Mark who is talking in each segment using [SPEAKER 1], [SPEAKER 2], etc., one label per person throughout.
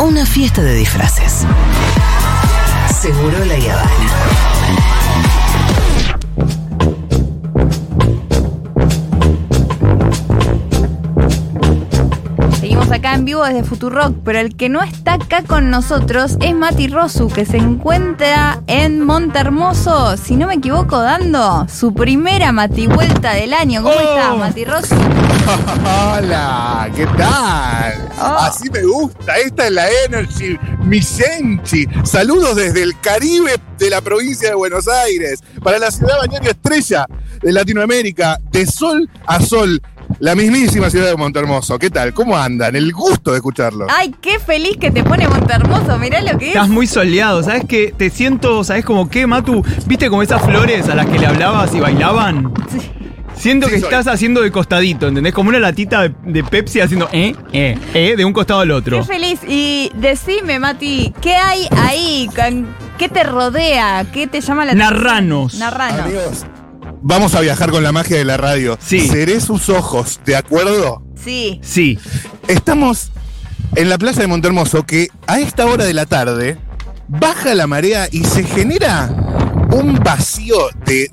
[SPEAKER 1] Una fiesta de disfraces. Seguro la Habana.
[SPEAKER 2] Seguimos acá en vivo desde Futurock, pero el que no está acá con nosotros es Mati Rosu, que se encuentra en Montermoso, si no me equivoco, dando su primera Mati Vuelta del año. ¿Cómo
[SPEAKER 3] Oh.
[SPEAKER 2] estás, Mati Rosu?
[SPEAKER 3] Hola, ¿qué tal?
[SPEAKER 2] Oh.
[SPEAKER 3] Así me gusta, esta es la Energy, mi Senchi. Saludos desde el Caribe de la provincia de Buenos Aires, para la ciudad bañaria estrella de Latinoamérica, de sol a sol, la mismísima ciudad de Montermoso. ¿Qué tal? ¿Cómo andan? El gusto de escucharlo.
[SPEAKER 2] Ay, qué feliz que te pone Montermoso, mirá lo que es.
[SPEAKER 4] Estás muy soleado, ¿sabes que Te siento, ¿sabes como qué, Matu? ¿Viste como esas flores a las que le hablabas y bailaban?
[SPEAKER 2] Sí.
[SPEAKER 4] Siento
[SPEAKER 3] Sí,
[SPEAKER 4] que
[SPEAKER 3] soy.
[SPEAKER 4] estás haciendo de costadito, ¿entendés? Como una latita de, de Pepsi haciendo eh, eh, eh, de un costado al otro.
[SPEAKER 2] Qué feliz. Y decime, Mati, ¿qué hay ahí? Can- ¿Qué te rodea? ¿Qué te llama la atención?
[SPEAKER 4] Narranos.
[SPEAKER 2] Narranos.
[SPEAKER 3] Amigos, vamos a viajar con la magia de la radio.
[SPEAKER 4] Sí.
[SPEAKER 3] Seré sus ojos, ¿de acuerdo?
[SPEAKER 2] Sí.
[SPEAKER 4] Sí.
[SPEAKER 3] Estamos en la plaza de Montermoso que a esta hora de la tarde baja la marea y se genera un vacío de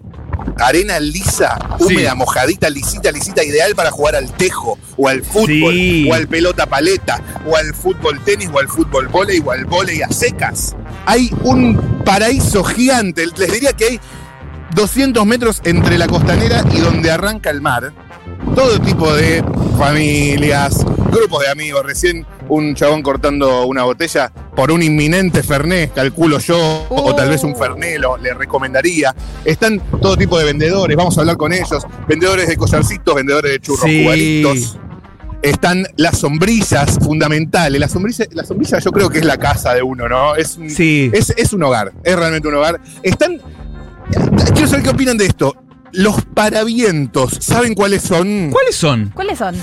[SPEAKER 3] arena lisa, húmeda,
[SPEAKER 4] Sí.
[SPEAKER 3] mojadita, lisita, lisita, ideal para jugar al tejo o al fútbol
[SPEAKER 4] Sí.
[SPEAKER 3] o al pelota paleta o al fútbol tenis o al fútbol volei o al volei a secas. Hay un paraíso gigante, les diría que hay 200 metros entre la costanera y donde arranca el mar. Todo tipo de familias, grupos de amigos. Recién un chabón cortando una botella por un inminente Fernet, calculo yo, o tal vez un Fernelo, le recomendaría. Están todo tipo de vendedores, vamos a hablar con ellos. Vendedores de collarcitos, vendedores de churros,
[SPEAKER 4] Sí.
[SPEAKER 3] cubanitos. Están las sombrillas fundamentales. La sombrilla, la sombrilla yo creo que es la casa de uno, ¿no? Es un,
[SPEAKER 4] Sí.
[SPEAKER 3] es, es un hogar, es realmente un hogar. Están. Quiero saber qué opinan de esto. Los paravientos, ¿saben cuáles son?
[SPEAKER 4] ¿Cuáles son?
[SPEAKER 2] ¿Cuáles son?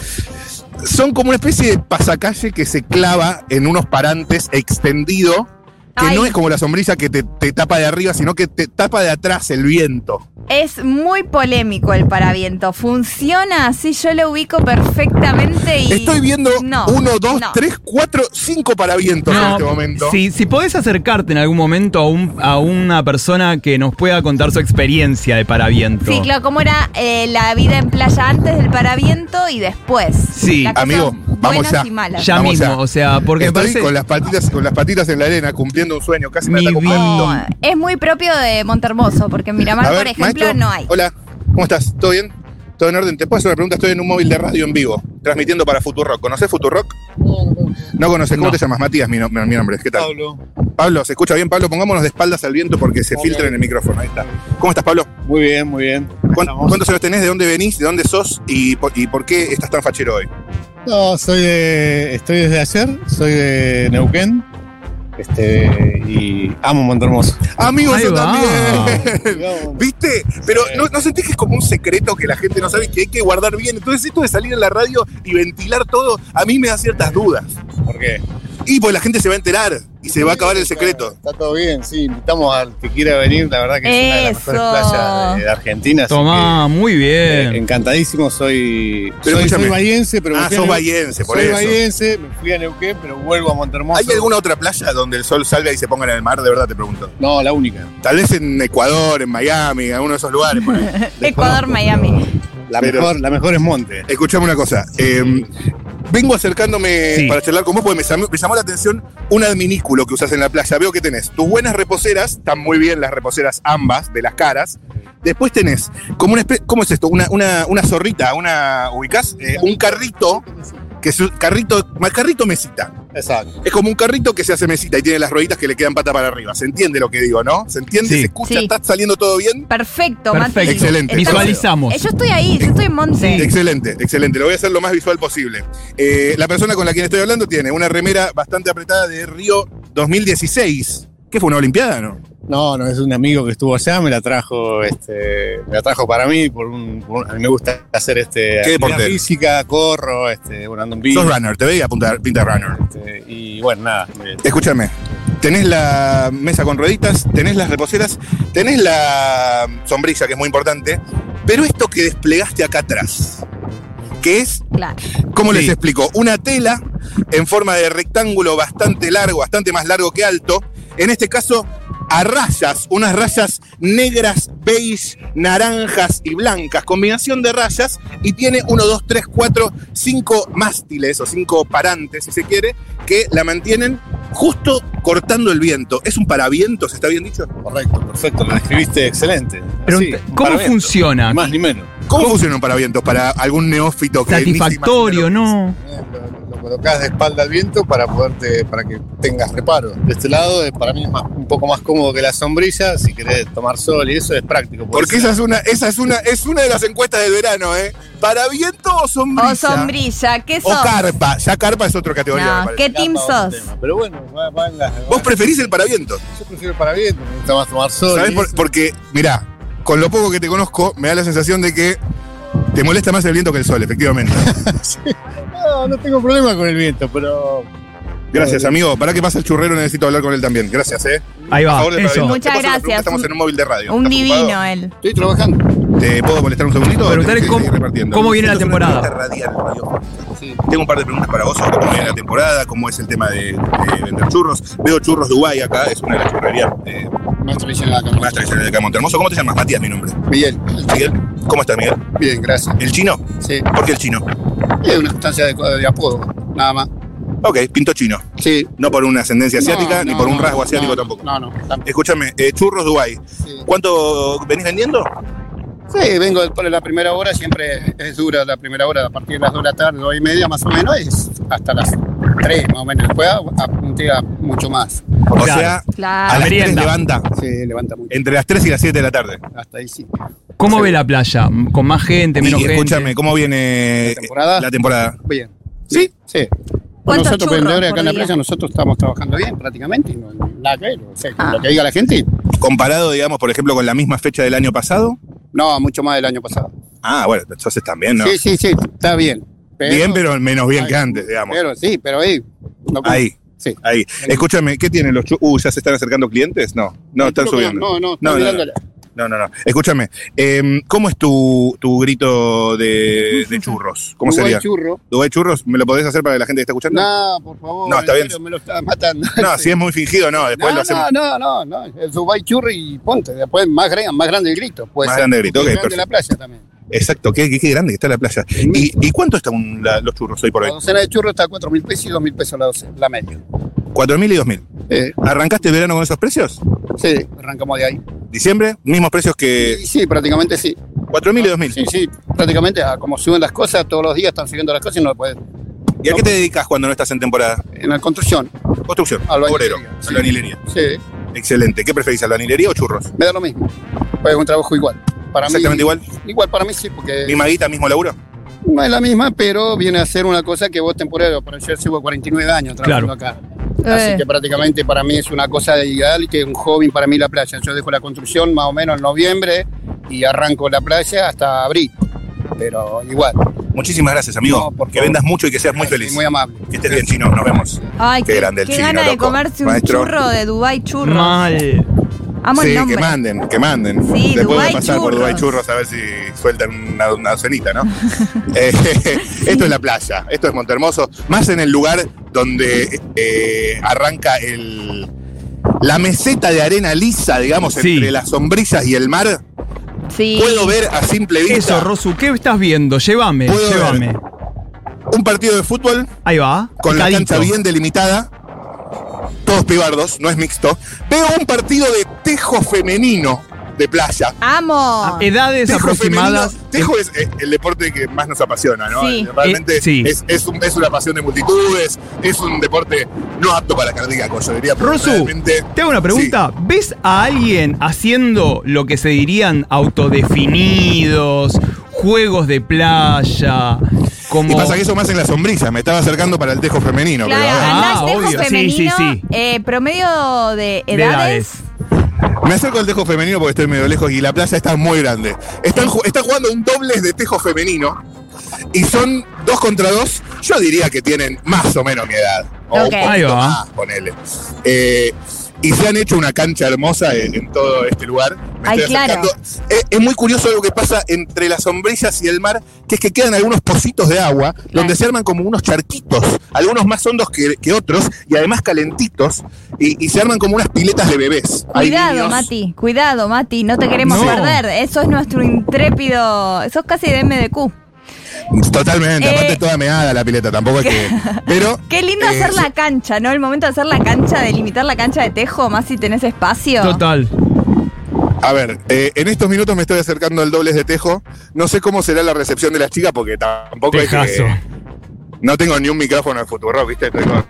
[SPEAKER 3] Son como una especie de pasacalle que se clava en unos parantes extendido, que
[SPEAKER 2] Ay.
[SPEAKER 3] no es como la sombrilla que te, te tapa de arriba, sino que te tapa de atrás el viento.
[SPEAKER 2] Es muy polémico el paraviento. Funciona así, yo lo ubico perfectamente y.
[SPEAKER 3] Estoy viendo
[SPEAKER 2] No,
[SPEAKER 3] uno, dos,
[SPEAKER 2] no.
[SPEAKER 3] tres, cuatro, cinco paravientos en este momento.
[SPEAKER 4] si, si podés acercarte en algún momento a, un, a una persona que nos pueda contar su experiencia de paraviento.
[SPEAKER 2] Sí, claro, como era eh, la vida en playa antes del paraviento y después.
[SPEAKER 4] Sí,
[SPEAKER 2] Las cosas
[SPEAKER 3] amigo, vamos
[SPEAKER 2] buenas
[SPEAKER 3] ya.
[SPEAKER 2] y malas.
[SPEAKER 4] Ya
[SPEAKER 3] Vamos
[SPEAKER 4] mismo,
[SPEAKER 3] ya.
[SPEAKER 4] o sea, porque me
[SPEAKER 3] Estoy
[SPEAKER 4] parece...
[SPEAKER 3] con las patitas, con las patitas en la arena, cumpliendo un sueño, casi me
[SPEAKER 4] Mi
[SPEAKER 3] ataco un
[SPEAKER 4] vida.
[SPEAKER 3] palito.
[SPEAKER 2] No, Oh, es muy propio de Montermoso, porque en Miramar,
[SPEAKER 3] A
[SPEAKER 2] por
[SPEAKER 3] ver,
[SPEAKER 2] ejemplo,
[SPEAKER 3] maestro,
[SPEAKER 2] no hay.
[SPEAKER 3] Hola, ¿cómo estás? ¿Todo bien? ¿Todo en orden? Te puedo hacer una pregunta. Estoy en un móvil de radio en vivo, transmitiendo para Futurock. ¿Conoces Futurock? No conoces. ¿Cómo
[SPEAKER 4] No.
[SPEAKER 3] te llamas? Matías, mi, no- mi nombre. ¿Qué tal?
[SPEAKER 5] Pablo,
[SPEAKER 3] Pablo, ¿se escucha bien, Pablo? Pongámonos de espaldas al viento porque se
[SPEAKER 5] Hola.
[SPEAKER 3] filtra en el micrófono. Ahí está. ¿Cómo estás, Pablo?
[SPEAKER 5] muy bien, muy bien. Acá
[SPEAKER 3] ¿Cuán-
[SPEAKER 5] estamos.
[SPEAKER 3] ¿Cuántos años tenés? ¿De dónde venís? ¿De dónde sos? ¿Y por, y por qué estás tan fachero hoy?
[SPEAKER 5] No, soy de, estoy desde ayer, soy de Neuquén este, y amo Montermoso.
[SPEAKER 3] Amigos,
[SPEAKER 4] Ahí
[SPEAKER 3] yo
[SPEAKER 4] va.
[SPEAKER 5] Ah.
[SPEAKER 3] también. ¿Viste? Pero
[SPEAKER 5] Sí.
[SPEAKER 3] ¿no, no sentís que es como un secreto que la gente no sabe y que hay que guardar bien. Entonces esto de salir en la radio y ventilar todo, a mí me da ciertas dudas.
[SPEAKER 5] ¿Por qué?
[SPEAKER 3] Y pues la gente se va a enterar y se va a acabar el secreto.
[SPEAKER 5] Está, todo bien, sí, invitamos al que quiera venir, la verdad que es una de las
[SPEAKER 2] Eso.
[SPEAKER 5] mejores playas de, de Argentina. así
[SPEAKER 4] Tomá, muy
[SPEAKER 5] que, eh,
[SPEAKER 4] bien.
[SPEAKER 5] encantadísimo, soy,
[SPEAKER 3] Pero
[SPEAKER 5] soy,
[SPEAKER 3] escúchame.
[SPEAKER 5] soy bahiense, pero me
[SPEAKER 3] Ah,
[SPEAKER 5] fui a
[SPEAKER 3] sos
[SPEAKER 5] Neu-
[SPEAKER 3] bahiense, por
[SPEAKER 5] soy
[SPEAKER 3] eso.
[SPEAKER 5] bahiense, me fui a Neuquén, pero vuelvo a Montermoso.
[SPEAKER 3] ¿Hay alguna otra playa donde el sol salga y se ponga en el mar? De verdad te pregunto.
[SPEAKER 5] No, la única.
[SPEAKER 3] Tal vez en Ecuador, en Miami, alguno de esos lugares. por ahí.
[SPEAKER 2] Ecuador, Miami.
[SPEAKER 5] La,
[SPEAKER 3] Pero-
[SPEAKER 5] mejor, la mejor es Monte.
[SPEAKER 3] Escuchame una cosa. eh, vengo acercándome
[SPEAKER 4] Sí.
[SPEAKER 3] para charlar con vos porque me llamó, me llamó la atención un adminículo que usás en la playa. Veo que tenés tus buenas reposeras, están muy bien las reposeras ambas, de las caras. Después tenés, como una espe- ¿cómo es esto? Una, una, una zorrita, una, ¿ubicás? Eh, un carrito, que es un carrito, carrito mesita.
[SPEAKER 5] Exacto.
[SPEAKER 3] Es como un carrito que se hace mesita y tiene las rueditas que le quedan pata para arriba. ¿Se entiende lo que digo, no? ¿Se entiende?
[SPEAKER 4] Sí.
[SPEAKER 3] ¿Se escucha?
[SPEAKER 2] Sí.
[SPEAKER 3] ¿Está saliendo todo bien?
[SPEAKER 2] Perfecto, Mati.
[SPEAKER 4] Perfecto.
[SPEAKER 3] Excelente.
[SPEAKER 2] Estamos-
[SPEAKER 4] Visualizamos.
[SPEAKER 2] Eh, Yo estoy ahí, yo estoy en Monte.
[SPEAKER 3] Excelente, excelente. Lo voy a hacer lo más visual posible. Eh, la persona con la quien estoy hablando tiene una remera bastante apretada de Río 2016. ¿Qué fue una Olimpiada, no?
[SPEAKER 5] No, no, es un amigo que estuvo allá, me la trajo, este, me la trajo para mí, por un, por un- a mí me gusta hacer este
[SPEAKER 3] ¿Qué deporte?
[SPEAKER 5] actividad física, corro, este, bueno, ando en bici,
[SPEAKER 3] Sos runner, te veía apuntar, pinta runner.
[SPEAKER 5] este, y bueno, nada, me-
[SPEAKER 3] Escúchame, tenés la mesa con rueditas, tenés las reposeras, tenés la sombrilla, que es muy importante, pero esto que desplegaste acá atrás, que es
[SPEAKER 2] Claro.
[SPEAKER 3] ¿Cómo
[SPEAKER 4] Sí.
[SPEAKER 3] les explico? Una tela en forma de rectángulo bastante largo, bastante más largo que alto. En este caso, a rayas, unas rayas negras, beige, naranjas y blancas, combinación de rayas, y tiene 1, 2, 3, 4, 5 mástiles o 5 parantes, si se quiere, que la mantienen justo cortando el viento. ¿Es un paravientos, está bien dicho?
[SPEAKER 5] Correcto, perfecto, lo describiste excelente.
[SPEAKER 4] Pero,
[SPEAKER 5] Así,
[SPEAKER 4] ¿cómo
[SPEAKER 5] paramento,
[SPEAKER 4] funciona?
[SPEAKER 5] Ni más ni menos.
[SPEAKER 3] ¿Cómo, funciona un paravientos para algún neófito que ni se
[SPEAKER 4] Satisfactorio,
[SPEAKER 3] imagina
[SPEAKER 4] ¿no?
[SPEAKER 5] Eh, Lo, lo colocas de espalda al viento para poderte, para que tengas reparo. De este lado, eh, para mí es más- un poco más cómodo que la sombrilla, si querés tomar sol y eso es práctico.
[SPEAKER 3] lo-
[SPEAKER 2] Pues
[SPEAKER 3] Porque esa es una, esa es una, es una de las encuestas del verano, ¿eh? ¿Paraviento o sombrilla?
[SPEAKER 2] O Oh, sombrilla, ¿qué
[SPEAKER 3] O
[SPEAKER 2] sos?
[SPEAKER 3] carpa. Ya carpa es otra categoría, me
[SPEAKER 2] No,
[SPEAKER 3] parece.
[SPEAKER 2] ¿qué team sos?
[SPEAKER 5] Pero bueno, va- van las-
[SPEAKER 3] Vos preferís el paraviento.
[SPEAKER 5] yo prefiero para viento, me gusta más tomar sol.
[SPEAKER 3] ¿Sabés?
[SPEAKER 5] y
[SPEAKER 3] Por-
[SPEAKER 5] eso.
[SPEAKER 3] porque, mirá, con lo poco que te conozco, me da la sensación de que te molesta más el viento que el sol, efectivamente.
[SPEAKER 5] No, no tengo problema con el viento, pero
[SPEAKER 3] Gracias, amigo. Para que pase el churrero, necesito hablar con él también. Gracias, ¿eh?
[SPEAKER 4] Ahí
[SPEAKER 3] Por
[SPEAKER 4] va,
[SPEAKER 3] favor, del
[SPEAKER 4] eso.
[SPEAKER 3] paraviento.
[SPEAKER 2] Muchas
[SPEAKER 3] Te paso la
[SPEAKER 2] gracias.
[SPEAKER 3] pregunta, Estamos
[SPEAKER 2] Un-
[SPEAKER 3] en un móvil de radio.
[SPEAKER 2] Un
[SPEAKER 3] ¿Estás
[SPEAKER 2] divino eh.
[SPEAKER 3] ocupado?
[SPEAKER 2] él.
[SPEAKER 5] estoy trabajando.
[SPEAKER 3] ¿Te puedo molestar un segundito? o
[SPEAKER 4] Preguntaré
[SPEAKER 3] tenés que
[SPEAKER 4] cómo-
[SPEAKER 3] seguir repartiendo?
[SPEAKER 4] cómo viene la
[SPEAKER 3] Esto es una
[SPEAKER 4] temporada.
[SPEAKER 3] entrevista radial, radio. Tengo un par de preguntas para vos sobre cómo viene la temporada, cómo es el tema de, de vender churros. Veo churros Dubái acá, es una de las churrerías eh,
[SPEAKER 5] Más tradicional acá.
[SPEAKER 3] más tradicionales de acá de Montehermoso. ¿Cómo te llamas? Matías, mi nombre.
[SPEAKER 5] Miguel.
[SPEAKER 3] Miguel, ¿cómo estás, Miguel?
[SPEAKER 5] Bien, gracias.
[SPEAKER 3] ¿El chino?
[SPEAKER 5] Sí.
[SPEAKER 3] ¿Por qué el chino?
[SPEAKER 5] Es una sustancia de, de apodo, nada más.
[SPEAKER 3] Ok, pinto chino.
[SPEAKER 5] Sí.
[SPEAKER 3] No por una ascendencia asiática,
[SPEAKER 5] No,
[SPEAKER 3] ni
[SPEAKER 5] no,
[SPEAKER 3] por un
[SPEAKER 5] no,
[SPEAKER 3] rasgo asiático
[SPEAKER 5] no,
[SPEAKER 3] tampoco.
[SPEAKER 5] No, no. tam-
[SPEAKER 3] Escúchame, eh, churros Dubái.
[SPEAKER 5] Sí.
[SPEAKER 3] ¿Cuánto venís vendiendo?
[SPEAKER 5] Sí, vengo después de la primera hora, siempre es dura la primera hora, a partir de las 2 de la tarde, 2 y media más o menos, es hasta las 3 más o menos. Después a- apuntea mucho más.
[SPEAKER 3] O
[SPEAKER 4] Claro.
[SPEAKER 3] sea, a
[SPEAKER 2] Claro.
[SPEAKER 4] La
[SPEAKER 3] las 3
[SPEAKER 4] merienda.
[SPEAKER 3] levanta.
[SPEAKER 5] Sí, levanta mucho.
[SPEAKER 3] Entre las 3 y las 7 de la tarde.
[SPEAKER 5] Hasta ahí sí.
[SPEAKER 4] ¿Cómo
[SPEAKER 5] Sí.
[SPEAKER 4] ve la playa? ¿Con más gente, menos
[SPEAKER 3] Y escúchame,
[SPEAKER 4] gente?
[SPEAKER 3] ¿cómo viene
[SPEAKER 5] ¿La temporada?
[SPEAKER 3] la temporada?
[SPEAKER 5] Bien.
[SPEAKER 3] ¿Sí?
[SPEAKER 5] Sí.
[SPEAKER 2] ¿Cuántos
[SPEAKER 5] Nosotros,
[SPEAKER 2] churros
[SPEAKER 5] vendedores acá
[SPEAKER 2] por
[SPEAKER 5] en la
[SPEAKER 2] día?
[SPEAKER 5] playa, nosotros estamos trabajando bien prácticamente. y No, nada que ver. O sea,
[SPEAKER 2] Ah.
[SPEAKER 5] Lo que diga la gente,
[SPEAKER 3] Comparado, digamos, por ejemplo, con la misma fecha del año pasado.
[SPEAKER 5] no, mucho más del año pasado.
[SPEAKER 3] Ah, bueno, entonces también, ¿no?
[SPEAKER 5] Sí, sí, sí, está bien.
[SPEAKER 3] bien, pero menos bien
[SPEAKER 5] Ay,
[SPEAKER 3] que antes, digamos.
[SPEAKER 5] Pero sí, pero ahí. no-
[SPEAKER 3] Ahí,
[SPEAKER 5] Sí.
[SPEAKER 3] ahí. Escúchame, ¿qué tienen los churros? Uh, ¿ya se están acercando clientes? No, no, están
[SPEAKER 5] Creo que
[SPEAKER 3] subiendo.
[SPEAKER 5] No, no,
[SPEAKER 3] No,
[SPEAKER 5] están
[SPEAKER 3] no,
[SPEAKER 5] mirándole.
[SPEAKER 3] No, no, no. Escúchame, em, ¿cómo es tu, tu grito de, de churros? ¿Cómo
[SPEAKER 5] Uruguay
[SPEAKER 3] sería?
[SPEAKER 5] churro.
[SPEAKER 3] ¿Dubái churros? ¿Me lo podés hacer para la gente que está escuchando?
[SPEAKER 5] No, por favor.
[SPEAKER 3] No,
[SPEAKER 5] en
[SPEAKER 3] está bien.
[SPEAKER 5] serio, Me lo estás matando.
[SPEAKER 3] No, si es muy fingido, no. Después
[SPEAKER 5] no,
[SPEAKER 3] lo hacemos.
[SPEAKER 5] no, no, no, no. El Dubai churro y ponte. Después más grande, más grande el grito. Puede
[SPEAKER 3] Más
[SPEAKER 5] ser.
[SPEAKER 3] grande el grito,
[SPEAKER 5] Más
[SPEAKER 3] ok,
[SPEAKER 5] grande la playa también.
[SPEAKER 3] Exacto, qué, qué- qué grande que está la playa. ¿Y, y cuánto están la- los churros hoy por
[SPEAKER 5] La
[SPEAKER 3] hoy?
[SPEAKER 5] docena de churros está a 4 mil pesos y 2 mil pesos la, docena, la media.
[SPEAKER 3] 4.000 y 2.000.
[SPEAKER 5] Eh,
[SPEAKER 3] ¿Arrancaste el verano con esos precios?
[SPEAKER 5] sí, arrancamos de ahí.
[SPEAKER 3] ¿Diciembre? ¿Mismos precios que
[SPEAKER 5] Y sí, prácticamente sí.
[SPEAKER 3] 4.000 y 2.000?
[SPEAKER 5] Sí, sí, prácticamente ah, como suben las cosas, todos los días están subiendo las cosas y no puedes.
[SPEAKER 3] ¿Y a qué te dedicas cuando no estás en temporada?
[SPEAKER 5] En la construcción,
[SPEAKER 3] Construcción,
[SPEAKER 5] Albañilería,
[SPEAKER 3] obrero,
[SPEAKER 5] sí.
[SPEAKER 3] albañilería.
[SPEAKER 5] sí,
[SPEAKER 3] Excelente. ¿Qué preferís, albañilería o churros?
[SPEAKER 5] me da lo mismo. Pues es un trabajo igual. Para
[SPEAKER 3] Exactamente
[SPEAKER 5] mí,
[SPEAKER 3] igual.
[SPEAKER 5] Igual para mí sí, porque
[SPEAKER 3] ¿Misma guita, mismo laburo?
[SPEAKER 5] no es la misma, pero viene a ser una cosa que vos temporero, pero yo llevo 49 años trabajando acá. Así
[SPEAKER 2] Eh,
[SPEAKER 5] que prácticamente para mí es una cosa ideal y que es un hobby para mí la playa. Yo dejo la construcción más o menos en noviembre y arranco la playa hasta abril. Pero igual,
[SPEAKER 3] Muchísimas gracias, amigo.
[SPEAKER 5] No, por
[SPEAKER 3] que
[SPEAKER 5] favor.
[SPEAKER 3] vendas mucho y que seas muy feliz.
[SPEAKER 5] muy amable.
[SPEAKER 3] Que estés bien, chino. Nos vemos.
[SPEAKER 2] Ay,
[SPEAKER 3] Qué
[SPEAKER 2] qué,
[SPEAKER 3] grande el
[SPEAKER 2] qué
[SPEAKER 3] chino,
[SPEAKER 2] gana de
[SPEAKER 3] loco.
[SPEAKER 2] comerse un
[SPEAKER 3] Maestro.
[SPEAKER 2] churro de Dubai churro.
[SPEAKER 4] Mal.
[SPEAKER 2] Amo el
[SPEAKER 3] sí, que
[SPEAKER 2] nombre.
[SPEAKER 3] manden, que manden.
[SPEAKER 2] Sí,
[SPEAKER 3] Después
[SPEAKER 2] Dubái
[SPEAKER 3] voy a pasar por
[SPEAKER 2] Churros.
[SPEAKER 3] Dubai Churros a ver si sueltan una, una docenita, ¿no? Eh, esto es la playa, esto es Montermoso, más en el lugar donde eh, arranca el, la meseta de arena lisa, digamos,
[SPEAKER 4] Sí.
[SPEAKER 3] entre las sombrillas y el mar.
[SPEAKER 2] Sí.
[SPEAKER 3] Puedo ver a simple vista
[SPEAKER 4] Eso, Rosu, ¿qué estás viendo? Llévame,
[SPEAKER 3] Puedo
[SPEAKER 4] llévame.
[SPEAKER 3] ver. un partido de fútbol
[SPEAKER 4] Ahí va.
[SPEAKER 3] con la
[SPEAKER 4] picadito.
[SPEAKER 3] cancha bien delimitada. Todos pibardos, no es mixto. Veo un partido de tejo femenino de playa.
[SPEAKER 2] Amo.
[SPEAKER 4] Ah, Edades
[SPEAKER 3] Tejo
[SPEAKER 4] aproximadas.
[SPEAKER 3] femenino. Tejo es eh, el deporte que más nos apasiona, ¿no?
[SPEAKER 2] Sí.
[SPEAKER 3] Realmente
[SPEAKER 4] Eh, sí.
[SPEAKER 3] es, es un- es una pasión de multitudes, es un deporte no apto para cardíacos, yo diría. porque
[SPEAKER 4] Rosu,
[SPEAKER 3] realmente-
[SPEAKER 4] te hago una pregunta. ¿Ves a alguien haciendo lo que se dirían autodefinidos, juegos de playa? Como...
[SPEAKER 3] Y pasa que eso más en la sombrilla, me estaba acercando para el tejo femenino. pero
[SPEAKER 2] Claro,
[SPEAKER 3] ahora-
[SPEAKER 2] andá
[SPEAKER 4] Ah,
[SPEAKER 2] al tejo
[SPEAKER 4] obvio, sí,
[SPEAKER 2] femenino,
[SPEAKER 4] sí, sí.
[SPEAKER 2] eh, promedio de
[SPEAKER 4] De
[SPEAKER 2] edades.
[SPEAKER 3] me acerco al tejo femenino porque estoy medio lejos y la plaza está muy grande. Están, ju- están jugando un dobles de tejo femenino y son dos contra dos. Yo diría que tienen más o menos mi edad. O
[SPEAKER 2] Ok.
[SPEAKER 3] un
[SPEAKER 4] Ahí
[SPEAKER 3] poquito
[SPEAKER 4] va.
[SPEAKER 3] más, ponele. Eh, y se han hecho una cancha hermosa en, en todo este lugar. Me
[SPEAKER 2] Ay,
[SPEAKER 3] estoy
[SPEAKER 2] claro.
[SPEAKER 3] acercando. Es, es muy curioso lo que pasa entre las sombrillas y el mar, que es que quedan algunos pocitos de agua donde se arman como unos charquitos, algunos más hondos que, que otros y además calentitos, y, y se arman como unas piletas de bebés. Hay
[SPEAKER 2] Cuidado,
[SPEAKER 3] niños-
[SPEAKER 2] Mati, cuidado, Mati, no te queremos
[SPEAKER 3] No.
[SPEAKER 2] perder. Eso es nuestro intrépido. Eso es casi de MDQ.
[SPEAKER 3] Totalmente,
[SPEAKER 2] Eh.
[SPEAKER 3] aparte es toda meada la pileta, tampoco es que. Pero.
[SPEAKER 2] Qué lindo
[SPEAKER 3] eh,
[SPEAKER 2] hacer la cancha, ¿no? El momento de hacer la cancha, de limitar la cancha de tejo, más si tenés espacio.
[SPEAKER 4] Total.
[SPEAKER 3] A ver, eh, en estos minutos me estoy acercando al dobles de tejo. No sé cómo será la recepción de las chicas porque tampoco es
[SPEAKER 4] Tejazo.
[SPEAKER 3] que. No tengo ni un micrófono en Futuro, ¿viste? Estoy con,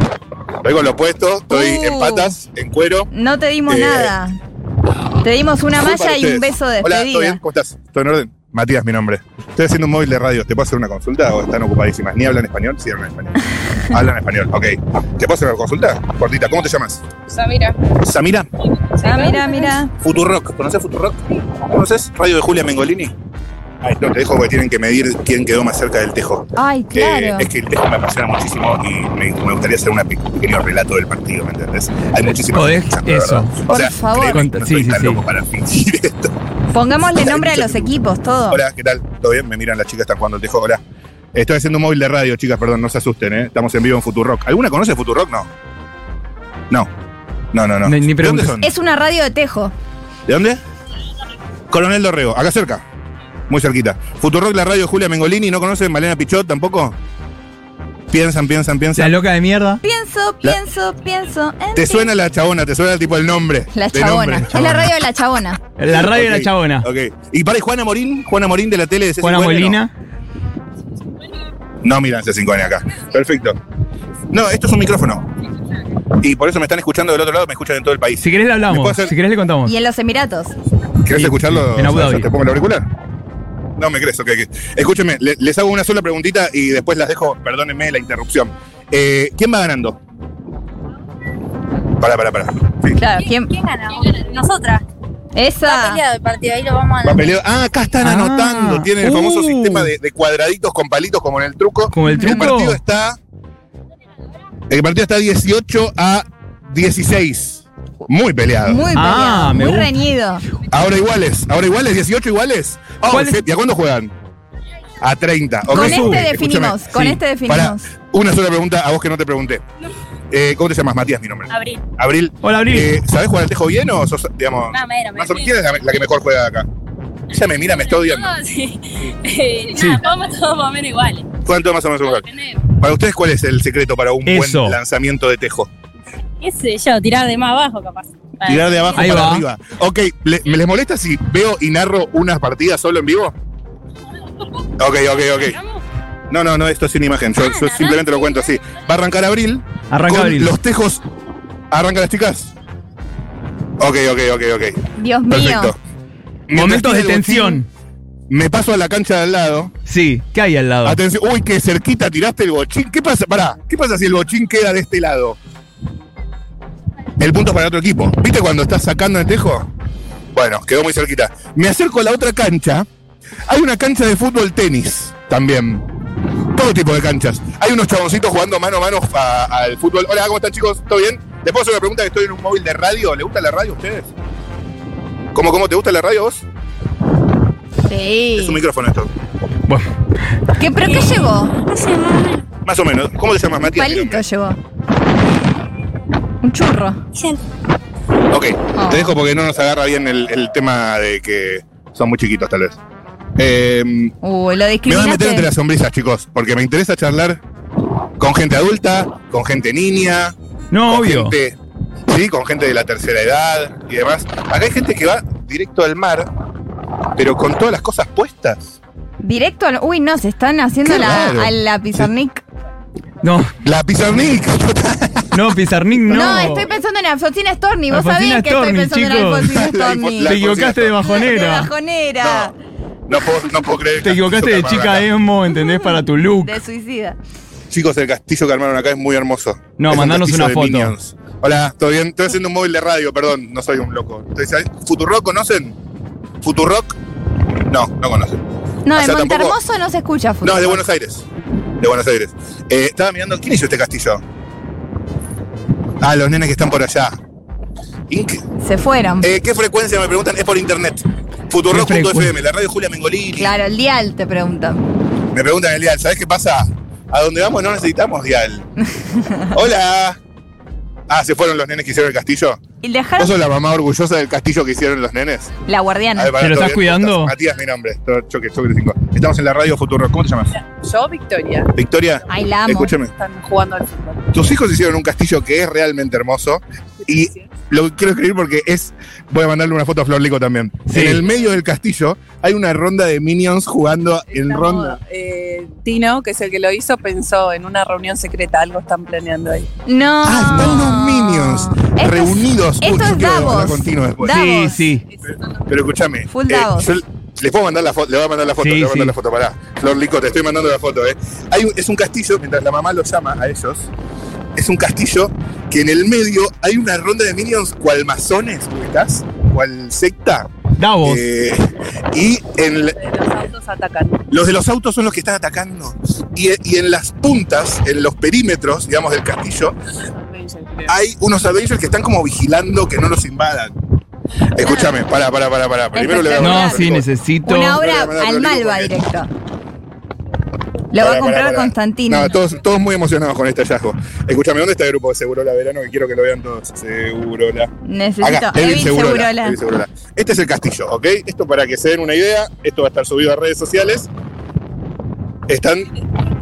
[SPEAKER 3] estoy con lo puesto, estoy
[SPEAKER 2] Uh.
[SPEAKER 3] en patas, en cuero.
[SPEAKER 2] No te dimos
[SPEAKER 3] Eh,
[SPEAKER 2] nada. Te dimos una
[SPEAKER 3] Soy para
[SPEAKER 2] malla y un
[SPEAKER 3] ustedes.
[SPEAKER 2] beso de
[SPEAKER 3] Hola, ¿todo bien?
[SPEAKER 2] despedida.
[SPEAKER 3] ¿Cómo estás? ¿Todo en orden? Matías, mi nombre. Estoy haciendo un móvil de radio. ¿Te puedo hacer una consulta o están ocupadísimas? ¿Ni hablan español? Sí, hablan español. hablan español, ok. ¿Te puedo hacer una consulta? Cortita, ¿cómo te llamas?
[SPEAKER 6] Samira.
[SPEAKER 3] Samira.
[SPEAKER 2] Ah, mira, mira.
[SPEAKER 3] Futurock, ¿conoces Futurock? ¿Conoces? Radio de Julia Mengolini. Ahí no, te dejo porque tienen que medir quién quedó más cerca del tejo.
[SPEAKER 2] Ay,
[SPEAKER 3] Que
[SPEAKER 2] claro.
[SPEAKER 3] es que el tejo me apasiona muchísimo y me, me gustaría hacer una pe- un pequeño relato del partido, ¿me entendés? Hay muchísimas
[SPEAKER 4] Podés-
[SPEAKER 3] la verdad.
[SPEAKER 4] eso.
[SPEAKER 3] O
[SPEAKER 2] Por
[SPEAKER 3] sea,
[SPEAKER 2] favor.
[SPEAKER 3] créeme,
[SPEAKER 4] Conta-
[SPEAKER 3] no
[SPEAKER 4] sí,
[SPEAKER 3] estoy
[SPEAKER 4] sí,
[SPEAKER 3] tan
[SPEAKER 4] sí.
[SPEAKER 3] loco para fingir esto.
[SPEAKER 2] Pongámosle nombre a los equipos, todo.
[SPEAKER 3] Hola, ¿qué tal? ¿Todo bien? Me miran las chicas, están jugando el tejo. Hola. Estoy haciendo un móvil de radio, chicas, perdón, no se asusten, ¿eh? Estamos en vivo en Futurock. ¿Alguna conoce Futurock? No. No. No, no, no.
[SPEAKER 4] Ni- ni
[SPEAKER 3] ¿De dónde
[SPEAKER 4] preguntes.
[SPEAKER 3] son?
[SPEAKER 2] Es una radio de tejo.
[SPEAKER 3] ¿De dónde? Coronel Dorrego, acá cerca. Muy cerquita. Futurock, la radio Julia Mengolini, ¿no conocen Malena Pichot tampoco? Piensan, piensan,
[SPEAKER 4] La
[SPEAKER 3] piensan.
[SPEAKER 4] loca de mierda.
[SPEAKER 2] Pienso,
[SPEAKER 3] La-
[SPEAKER 2] pienso, pienso. en
[SPEAKER 3] Te
[SPEAKER 2] ti.
[SPEAKER 3] suena la chabona, te suena tipo el nombre.
[SPEAKER 2] La
[SPEAKER 3] de
[SPEAKER 2] chabona.
[SPEAKER 3] nombre.
[SPEAKER 2] Es la radio de la chabona.
[SPEAKER 4] La radio de la
[SPEAKER 3] Ok,
[SPEAKER 4] chabona.
[SPEAKER 3] Ok. ¿Y para Juana Morín? ¿Juana Morín de la tele de C5N?
[SPEAKER 4] Juana
[SPEAKER 3] no?
[SPEAKER 4] Molina.
[SPEAKER 3] No, miran C5N acá. Perfecto. No, esto es un micrófono. Y por eso me están escuchando del otro lado, me escuchan en todo el país.
[SPEAKER 4] Si querés le hablamos.
[SPEAKER 3] ¿Me puedo hacer-
[SPEAKER 4] Si querés le contamos.
[SPEAKER 2] Y en los Emiratos.
[SPEAKER 3] ¿Querés
[SPEAKER 4] Y-
[SPEAKER 3] escucharlo?
[SPEAKER 4] en Abu Dhabi.
[SPEAKER 3] ¿Te pongo el auricular? No me crees, ok. ok. Escúchenme, le- les hago una sola preguntita y después las dejo, perdónenme la interrupción. Eh, ¿Quién va ganando? Pará, pará, pará. Sí.
[SPEAKER 2] Claro, ¿quién?
[SPEAKER 6] gana? Nosotras. Está
[SPEAKER 2] Esa.
[SPEAKER 6] peleado el partido, ahí lo vamos a
[SPEAKER 3] Va peleado. Ah, acá están
[SPEAKER 4] Ah.
[SPEAKER 3] anotando. Tienen el famoso
[SPEAKER 4] Uh.
[SPEAKER 3] sistema de, de cuadraditos con palitos como en el truco.
[SPEAKER 4] Como el
[SPEAKER 3] El
[SPEAKER 4] truco.
[SPEAKER 3] partido está. El partido está 18 a 16. Muy peleado.
[SPEAKER 2] Muy peleado,
[SPEAKER 4] Ah, me
[SPEAKER 2] muy
[SPEAKER 4] gusta.
[SPEAKER 2] reñido.
[SPEAKER 3] Ahora iguales, ahora iguales, 18 iguales. Ah,
[SPEAKER 4] ¿Cuál es?
[SPEAKER 3] ¿Y a cuándo juegan? A 30. ok.
[SPEAKER 2] Con
[SPEAKER 3] Ok,
[SPEAKER 2] este
[SPEAKER 3] escúchame.
[SPEAKER 2] definimos, con
[SPEAKER 4] Sí.
[SPEAKER 2] este
[SPEAKER 3] Pará,
[SPEAKER 2] definimos.
[SPEAKER 3] una sola pregunta a vos que no te pregunté. Eh, ¿Cómo te llamas? Matías, mi nombre.
[SPEAKER 6] Abril.
[SPEAKER 3] Abril.
[SPEAKER 4] Hola, Abril.
[SPEAKER 3] Eh, ¿Sabés jugar al tejo bien o sos, digamos,
[SPEAKER 6] Una mera,
[SPEAKER 3] más o menos,
[SPEAKER 6] mera.
[SPEAKER 3] ¿quién es la, la que mejor juega acá? Ella me mira, me está odiando.
[SPEAKER 6] No, sí. Eh,
[SPEAKER 4] Sí.
[SPEAKER 6] Nada, jugamos todos más o menos iguales.
[SPEAKER 3] ¿Cuánto más o menos jugar?
[SPEAKER 6] Depende,
[SPEAKER 3] Para ustedes, ¿cuál es el secreto para un
[SPEAKER 4] Eso.
[SPEAKER 3] buen lanzamiento de tejo?
[SPEAKER 6] ¿Qué sé yo? Tirar de más abajo, capaz. Para-
[SPEAKER 3] Tirar de abajo
[SPEAKER 4] Ahí
[SPEAKER 3] para
[SPEAKER 4] va.
[SPEAKER 3] arriba. Ok, ¿le- ¿me les molesta si veo y narro unas partidas solo en vivo? Ok, ok, ok.
[SPEAKER 6] ¿Vamos?
[SPEAKER 3] No, no, no, esto es sin imagen. Yo, yo simplemente lo cuento así. Va a arrancar abril.
[SPEAKER 4] Arranca
[SPEAKER 3] con
[SPEAKER 4] Abril.
[SPEAKER 3] Los tejos. ¿Arrancan las chicas? Ok, ok, ok, ok.
[SPEAKER 2] Dios mío.
[SPEAKER 3] Perfecto. Mientras
[SPEAKER 4] Momentos
[SPEAKER 3] tiene
[SPEAKER 4] de
[SPEAKER 3] el botín,
[SPEAKER 4] tensión.
[SPEAKER 3] Me paso a la cancha de al lado.
[SPEAKER 4] Sí. ¿Qué hay al lado?
[SPEAKER 3] Atención. Uy, qué cerquita tiraste el bochín. ¿Qué pasa? Pará. ¿Qué pasa si el bochín queda de este lado? El punto para el otro equipo. ¿Viste cuando estás sacando el tejo? Bueno, quedó muy cerquita. Me acerco a la otra cancha. Hay una cancha de fútbol tenis también. Todo tipo de canchas. Hay unos chaboncitos jugando mano a mano a- al fútbol. Hola, ¿cómo están chicos? ¿Todo bien? Les puedo hacer una pregunta que estoy en un móvil de radio. ¿Le gusta la radio a ustedes? ¿Cómo, cómo? ¿Te gusta la radio a vos?
[SPEAKER 2] Sí.
[SPEAKER 3] Es un micrófono esto.
[SPEAKER 4] Bueno,
[SPEAKER 2] ¿Qué, ¿Pero qué llegó?
[SPEAKER 3] Más o menos. ¿Cómo te llamas, Matías?
[SPEAKER 2] Palito llegó. Un churro.
[SPEAKER 3] Ok,
[SPEAKER 2] Oh.
[SPEAKER 3] te dejo porque no nos agarra bien el, el tema de que son muy chiquitos, tal vez. Eh, me
[SPEAKER 2] Uy, lo
[SPEAKER 3] voy a meter entre
[SPEAKER 2] discriminaste.
[SPEAKER 3] las sombrillas, chicos, porque me interesa charlar con gente adulta, con gente niña,
[SPEAKER 4] no,
[SPEAKER 3] con
[SPEAKER 4] obvio.
[SPEAKER 3] gente, sí, con gente de la tercera edad y demás. Acá hay gente que va directo al mar, pero con todas las cosas puestas.
[SPEAKER 2] Directo al. Uy, no, se están haciendo
[SPEAKER 3] Qué
[SPEAKER 2] la,
[SPEAKER 3] raro.
[SPEAKER 2] a la pizarnik.
[SPEAKER 4] No,
[SPEAKER 3] La pizarnik,
[SPEAKER 4] no, Pizarnik, no.
[SPEAKER 2] No. estoy pensando en Alfonsina Storni. Vos sabés
[SPEAKER 4] Alfonsina
[SPEAKER 2] que estoy
[SPEAKER 4] Storni,
[SPEAKER 2] pensando en
[SPEAKER 4] chicos.
[SPEAKER 2] Alfonsina
[SPEAKER 3] La
[SPEAKER 2] Storni.
[SPEAKER 3] La
[SPEAKER 4] Te equivocaste de
[SPEAKER 2] De
[SPEAKER 4] bajonera.
[SPEAKER 2] bajonera.
[SPEAKER 3] No, no puedo, no puedo creer.
[SPEAKER 4] Te equivocaste de chica
[SPEAKER 3] eh.
[SPEAKER 4] emo, ¿entendés? Para tu look.
[SPEAKER 2] De suicida.
[SPEAKER 3] Chicos, el castillo que armaron acá es muy hermoso.
[SPEAKER 4] No,
[SPEAKER 3] Es un
[SPEAKER 4] mandanos
[SPEAKER 3] castillo
[SPEAKER 4] una
[SPEAKER 3] de
[SPEAKER 4] foto.
[SPEAKER 3] Minions. Hola, ¿todo bien? Estoy haciendo un móvil de radio, perdón, no soy un loco. Estoy- ¿Futurock conocen? ¿Futurock? No, no conocen.
[SPEAKER 2] No,
[SPEAKER 3] O
[SPEAKER 2] de
[SPEAKER 3] sea, tampoco-
[SPEAKER 2] Montermoso no se escucha fútbol.
[SPEAKER 3] No, es de Buenos Aires. De Buenos Aires. Eh, estaba mirando, ¿quién hizo este castillo? Ah, los nenes que están por allá. Inc-
[SPEAKER 2] Se fueron.
[SPEAKER 3] Eh, ¿Qué frecuencia me preguntan? Es por internet. Futurock.fm,
[SPEAKER 4] frecuencia?
[SPEAKER 3] la radio Julia Mengolini.
[SPEAKER 2] Claro, el dial te preguntan.
[SPEAKER 3] Me preguntan el dial. ¿Sabes qué pasa? A donde vamos no necesitamos dial. Hola. Ah, ¿se fueron los nenes que hicieron el castillo?
[SPEAKER 2] Y dejar
[SPEAKER 3] ¿Vos sos la mamá orgullosa del castillo que hicieron los nenes?
[SPEAKER 2] la guardiana.
[SPEAKER 3] A ver, pará,
[SPEAKER 4] ¿Te lo
[SPEAKER 3] ¿todo
[SPEAKER 4] estás
[SPEAKER 3] bien?
[SPEAKER 4] cuidando?
[SPEAKER 3] Matías, mi nombre. Todo Choque, choque de cinco. Estamos en la radio Futuro. ¿Cómo te llamas?
[SPEAKER 7] Yo, Victoria,
[SPEAKER 3] Victoria.
[SPEAKER 2] Ay, la amo.
[SPEAKER 3] Escúchame.
[SPEAKER 7] están jugando al fútbol.
[SPEAKER 3] Tus hijos hicieron un castillo que es realmente hermoso. Y lo quiero escribir porque es. Voy a mandarle una foto a Flor Lico también.
[SPEAKER 4] Sí.
[SPEAKER 3] En el medio del castillo hay una ronda de minions jugando en ronda.
[SPEAKER 7] Eh, Tino, que es el que lo hizo, pensó en una reunión secreta, algo están planeando ahí.
[SPEAKER 2] No.
[SPEAKER 3] Ah, están los minions
[SPEAKER 2] Esto es-
[SPEAKER 3] reunidos.
[SPEAKER 2] esto es
[SPEAKER 3] yo quiero hablar
[SPEAKER 2] Davos.
[SPEAKER 3] continuo después.
[SPEAKER 2] Da-
[SPEAKER 4] Sí,
[SPEAKER 2] Davos.
[SPEAKER 4] sí.
[SPEAKER 3] Pero escúchame. eh,
[SPEAKER 2] Full Davos.
[SPEAKER 3] yo les puedo mandar la foto, le voy a mandar la foto,
[SPEAKER 4] Sí,
[SPEAKER 3] le voy a mandar
[SPEAKER 4] sí.
[SPEAKER 3] la foto, pará. Flor Lico, te estoy mandando la foto, eh. Hay un- es un castillo, mientras la mamá los llama a ellos, es un castillo que en el medio hay una ronda de minions cual masones, ¿cómo estás? Cual secta.
[SPEAKER 4] Davos.
[SPEAKER 3] Eh, y en la-
[SPEAKER 7] Eh, Los autos atacan.
[SPEAKER 3] los de los autos son los que están atacando. Y, y en las puntas, en los perímetros, digamos, del castillo,
[SPEAKER 8] Ah,
[SPEAKER 3] hay unos Avengers que están como vigilando que no los invadan. Escúchame, pará, pará, pará, pará. Primero le voy a mandar
[SPEAKER 4] no,
[SPEAKER 3] la
[SPEAKER 4] sí,
[SPEAKER 3] foto.
[SPEAKER 4] necesito.
[SPEAKER 2] Una obra
[SPEAKER 3] Pará, pará,
[SPEAKER 2] al
[SPEAKER 3] pará,
[SPEAKER 2] Malva
[SPEAKER 3] pará.
[SPEAKER 2] directo. Lo va
[SPEAKER 3] Pará,
[SPEAKER 2] a comprar
[SPEAKER 3] pará, pará.
[SPEAKER 2] Constantino.
[SPEAKER 3] No, todos, todos muy emocionados con este hallazgo. Escúchame, ¿dónde está el grupo de Segurola Verano? Que quiero que lo vean todos. Segurola.
[SPEAKER 2] Necesito.
[SPEAKER 3] David
[SPEAKER 2] Evil
[SPEAKER 3] Segurola,
[SPEAKER 2] Segurola.
[SPEAKER 3] David Segurola. Este es el castillo, ¿ok? Esto para que se den una idea. Esto va a estar subido a redes sociales. Están.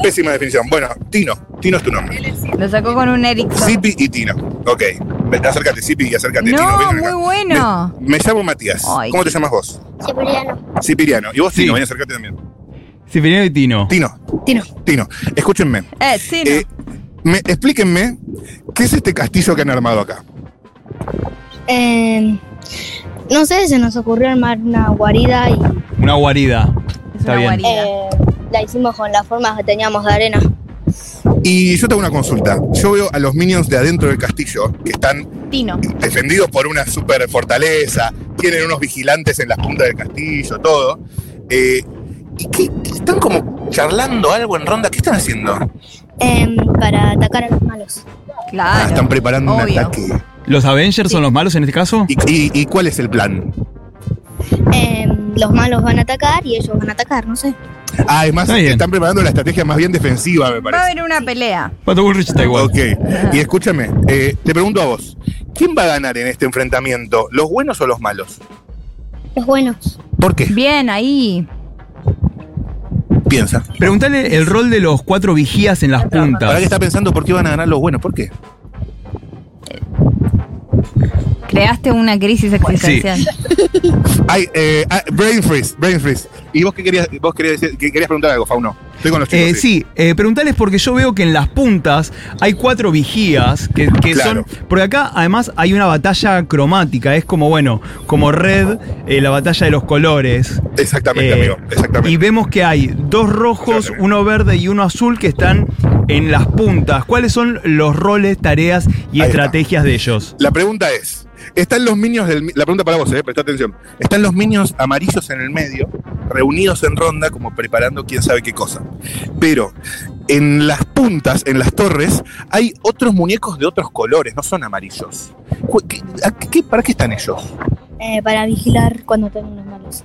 [SPEAKER 3] Pésima definición. Bueno, Tino. Tino es tu nombre.
[SPEAKER 2] Lo sacó con un Ericsson.
[SPEAKER 3] Zipi y Tino. Ok. Ven, Acércate, Zipi, y acércate, Tino.
[SPEAKER 2] no,
[SPEAKER 3] Vengan
[SPEAKER 2] muy
[SPEAKER 3] acá.
[SPEAKER 2] bueno.
[SPEAKER 3] Me llamo Matías.
[SPEAKER 2] Ay.
[SPEAKER 3] ¿Cómo te llamas vos? Cipiriano. Cipiriano. Y vos,
[SPEAKER 4] Sí.
[SPEAKER 3] Tino, ven, acércate también.
[SPEAKER 4] Cipriano y Tino.
[SPEAKER 3] Tino.
[SPEAKER 6] Tino.
[SPEAKER 3] Tino. Escúchenme.
[SPEAKER 2] Eh, sí, no.
[SPEAKER 3] Eh, me- explíquenme, ¿qué es este castillo que han armado acá?
[SPEAKER 9] Eh, no sé, se nos ocurrió armar una guarida y
[SPEAKER 4] Una guarida.
[SPEAKER 2] es
[SPEAKER 4] está
[SPEAKER 2] una
[SPEAKER 4] bien.
[SPEAKER 2] guarida.
[SPEAKER 9] eh, la hicimos con las formas que teníamos de arena.
[SPEAKER 3] Y yo tengo una consulta. Yo veo a los minions de adentro del castillo, que están
[SPEAKER 2] Tino.
[SPEAKER 3] defendidos por una super fortaleza, tienen unos vigilantes en las puntas del castillo, todo. Eh, ¿Y qué, qué están como charlando algo en ronda? ¿Qué están haciendo?
[SPEAKER 9] Em, para atacar a los malos.
[SPEAKER 2] Claro.
[SPEAKER 3] Ah, están preparando un
[SPEAKER 2] obvio.
[SPEAKER 3] ataque.
[SPEAKER 4] ¿Los Avengers son los malos en este caso?
[SPEAKER 3] ¿Y, y, y cuál es el plan?
[SPEAKER 9] Em, los malos van a atacar y ellos van a atacar, no sé.
[SPEAKER 3] Ah, es más,
[SPEAKER 4] Está bien.
[SPEAKER 3] están preparando la estrategia más bien defensiva, me
[SPEAKER 2] Va a
[SPEAKER 3] parece.
[SPEAKER 2] haber una pelea.
[SPEAKER 4] Pato Bullrich está igual.
[SPEAKER 3] Ok, y escúchame, eh, te pregunto a vos, ¿quién va a ganar en este enfrentamiento? ¿Los buenos o los malos?
[SPEAKER 9] Los buenos.
[SPEAKER 3] ¿Por qué?
[SPEAKER 2] Bien, ahí.
[SPEAKER 3] Piensa.
[SPEAKER 4] Preguntale el rol de los cuatro vigías en las
[SPEAKER 3] ¿Para qué
[SPEAKER 4] puntas.
[SPEAKER 3] está pensando por qué van a ganar los buenos? ¿Por qué?
[SPEAKER 2] Creaste una crisis existencial.
[SPEAKER 3] Ay, eh, ah, brain freeze, brain freeze. ¿Y vos qué querías, vos querías, decir- que querías preguntar algo, Fauno? Estoy con los chicos.
[SPEAKER 4] Eh, sí, eh, preguntales porque yo veo que en las puntas hay cuatro vigías que, que
[SPEAKER 3] Claro.
[SPEAKER 4] son. Porque acá además hay una batalla cromática, es como, bueno, como red, eh, la batalla de los colores.
[SPEAKER 3] Exactamente,
[SPEAKER 4] Eh,
[SPEAKER 3] amigo, exactamente.
[SPEAKER 4] Y vemos que hay dos rojos,
[SPEAKER 3] Exactamente.
[SPEAKER 4] uno verde y uno azul que están en las puntas. ¿Cuáles son los roles, tareas y
[SPEAKER 3] Ahí está.
[SPEAKER 4] estrategias de ellos?
[SPEAKER 3] La pregunta es, ¿están los minions del... mi- La pregunta para vos, eh, presta atención. ¿Están los minions amarillos en el medio, reunidos en ronda, como preparando quién sabe qué cosa? Pero en las puntas, en las torres, hay otros muñecos de otros colores, no son amarillos. Cu- ¿Qué, a qué- ¿Para qué están ellos?
[SPEAKER 9] eh, para vigilar cuando tengan los malos.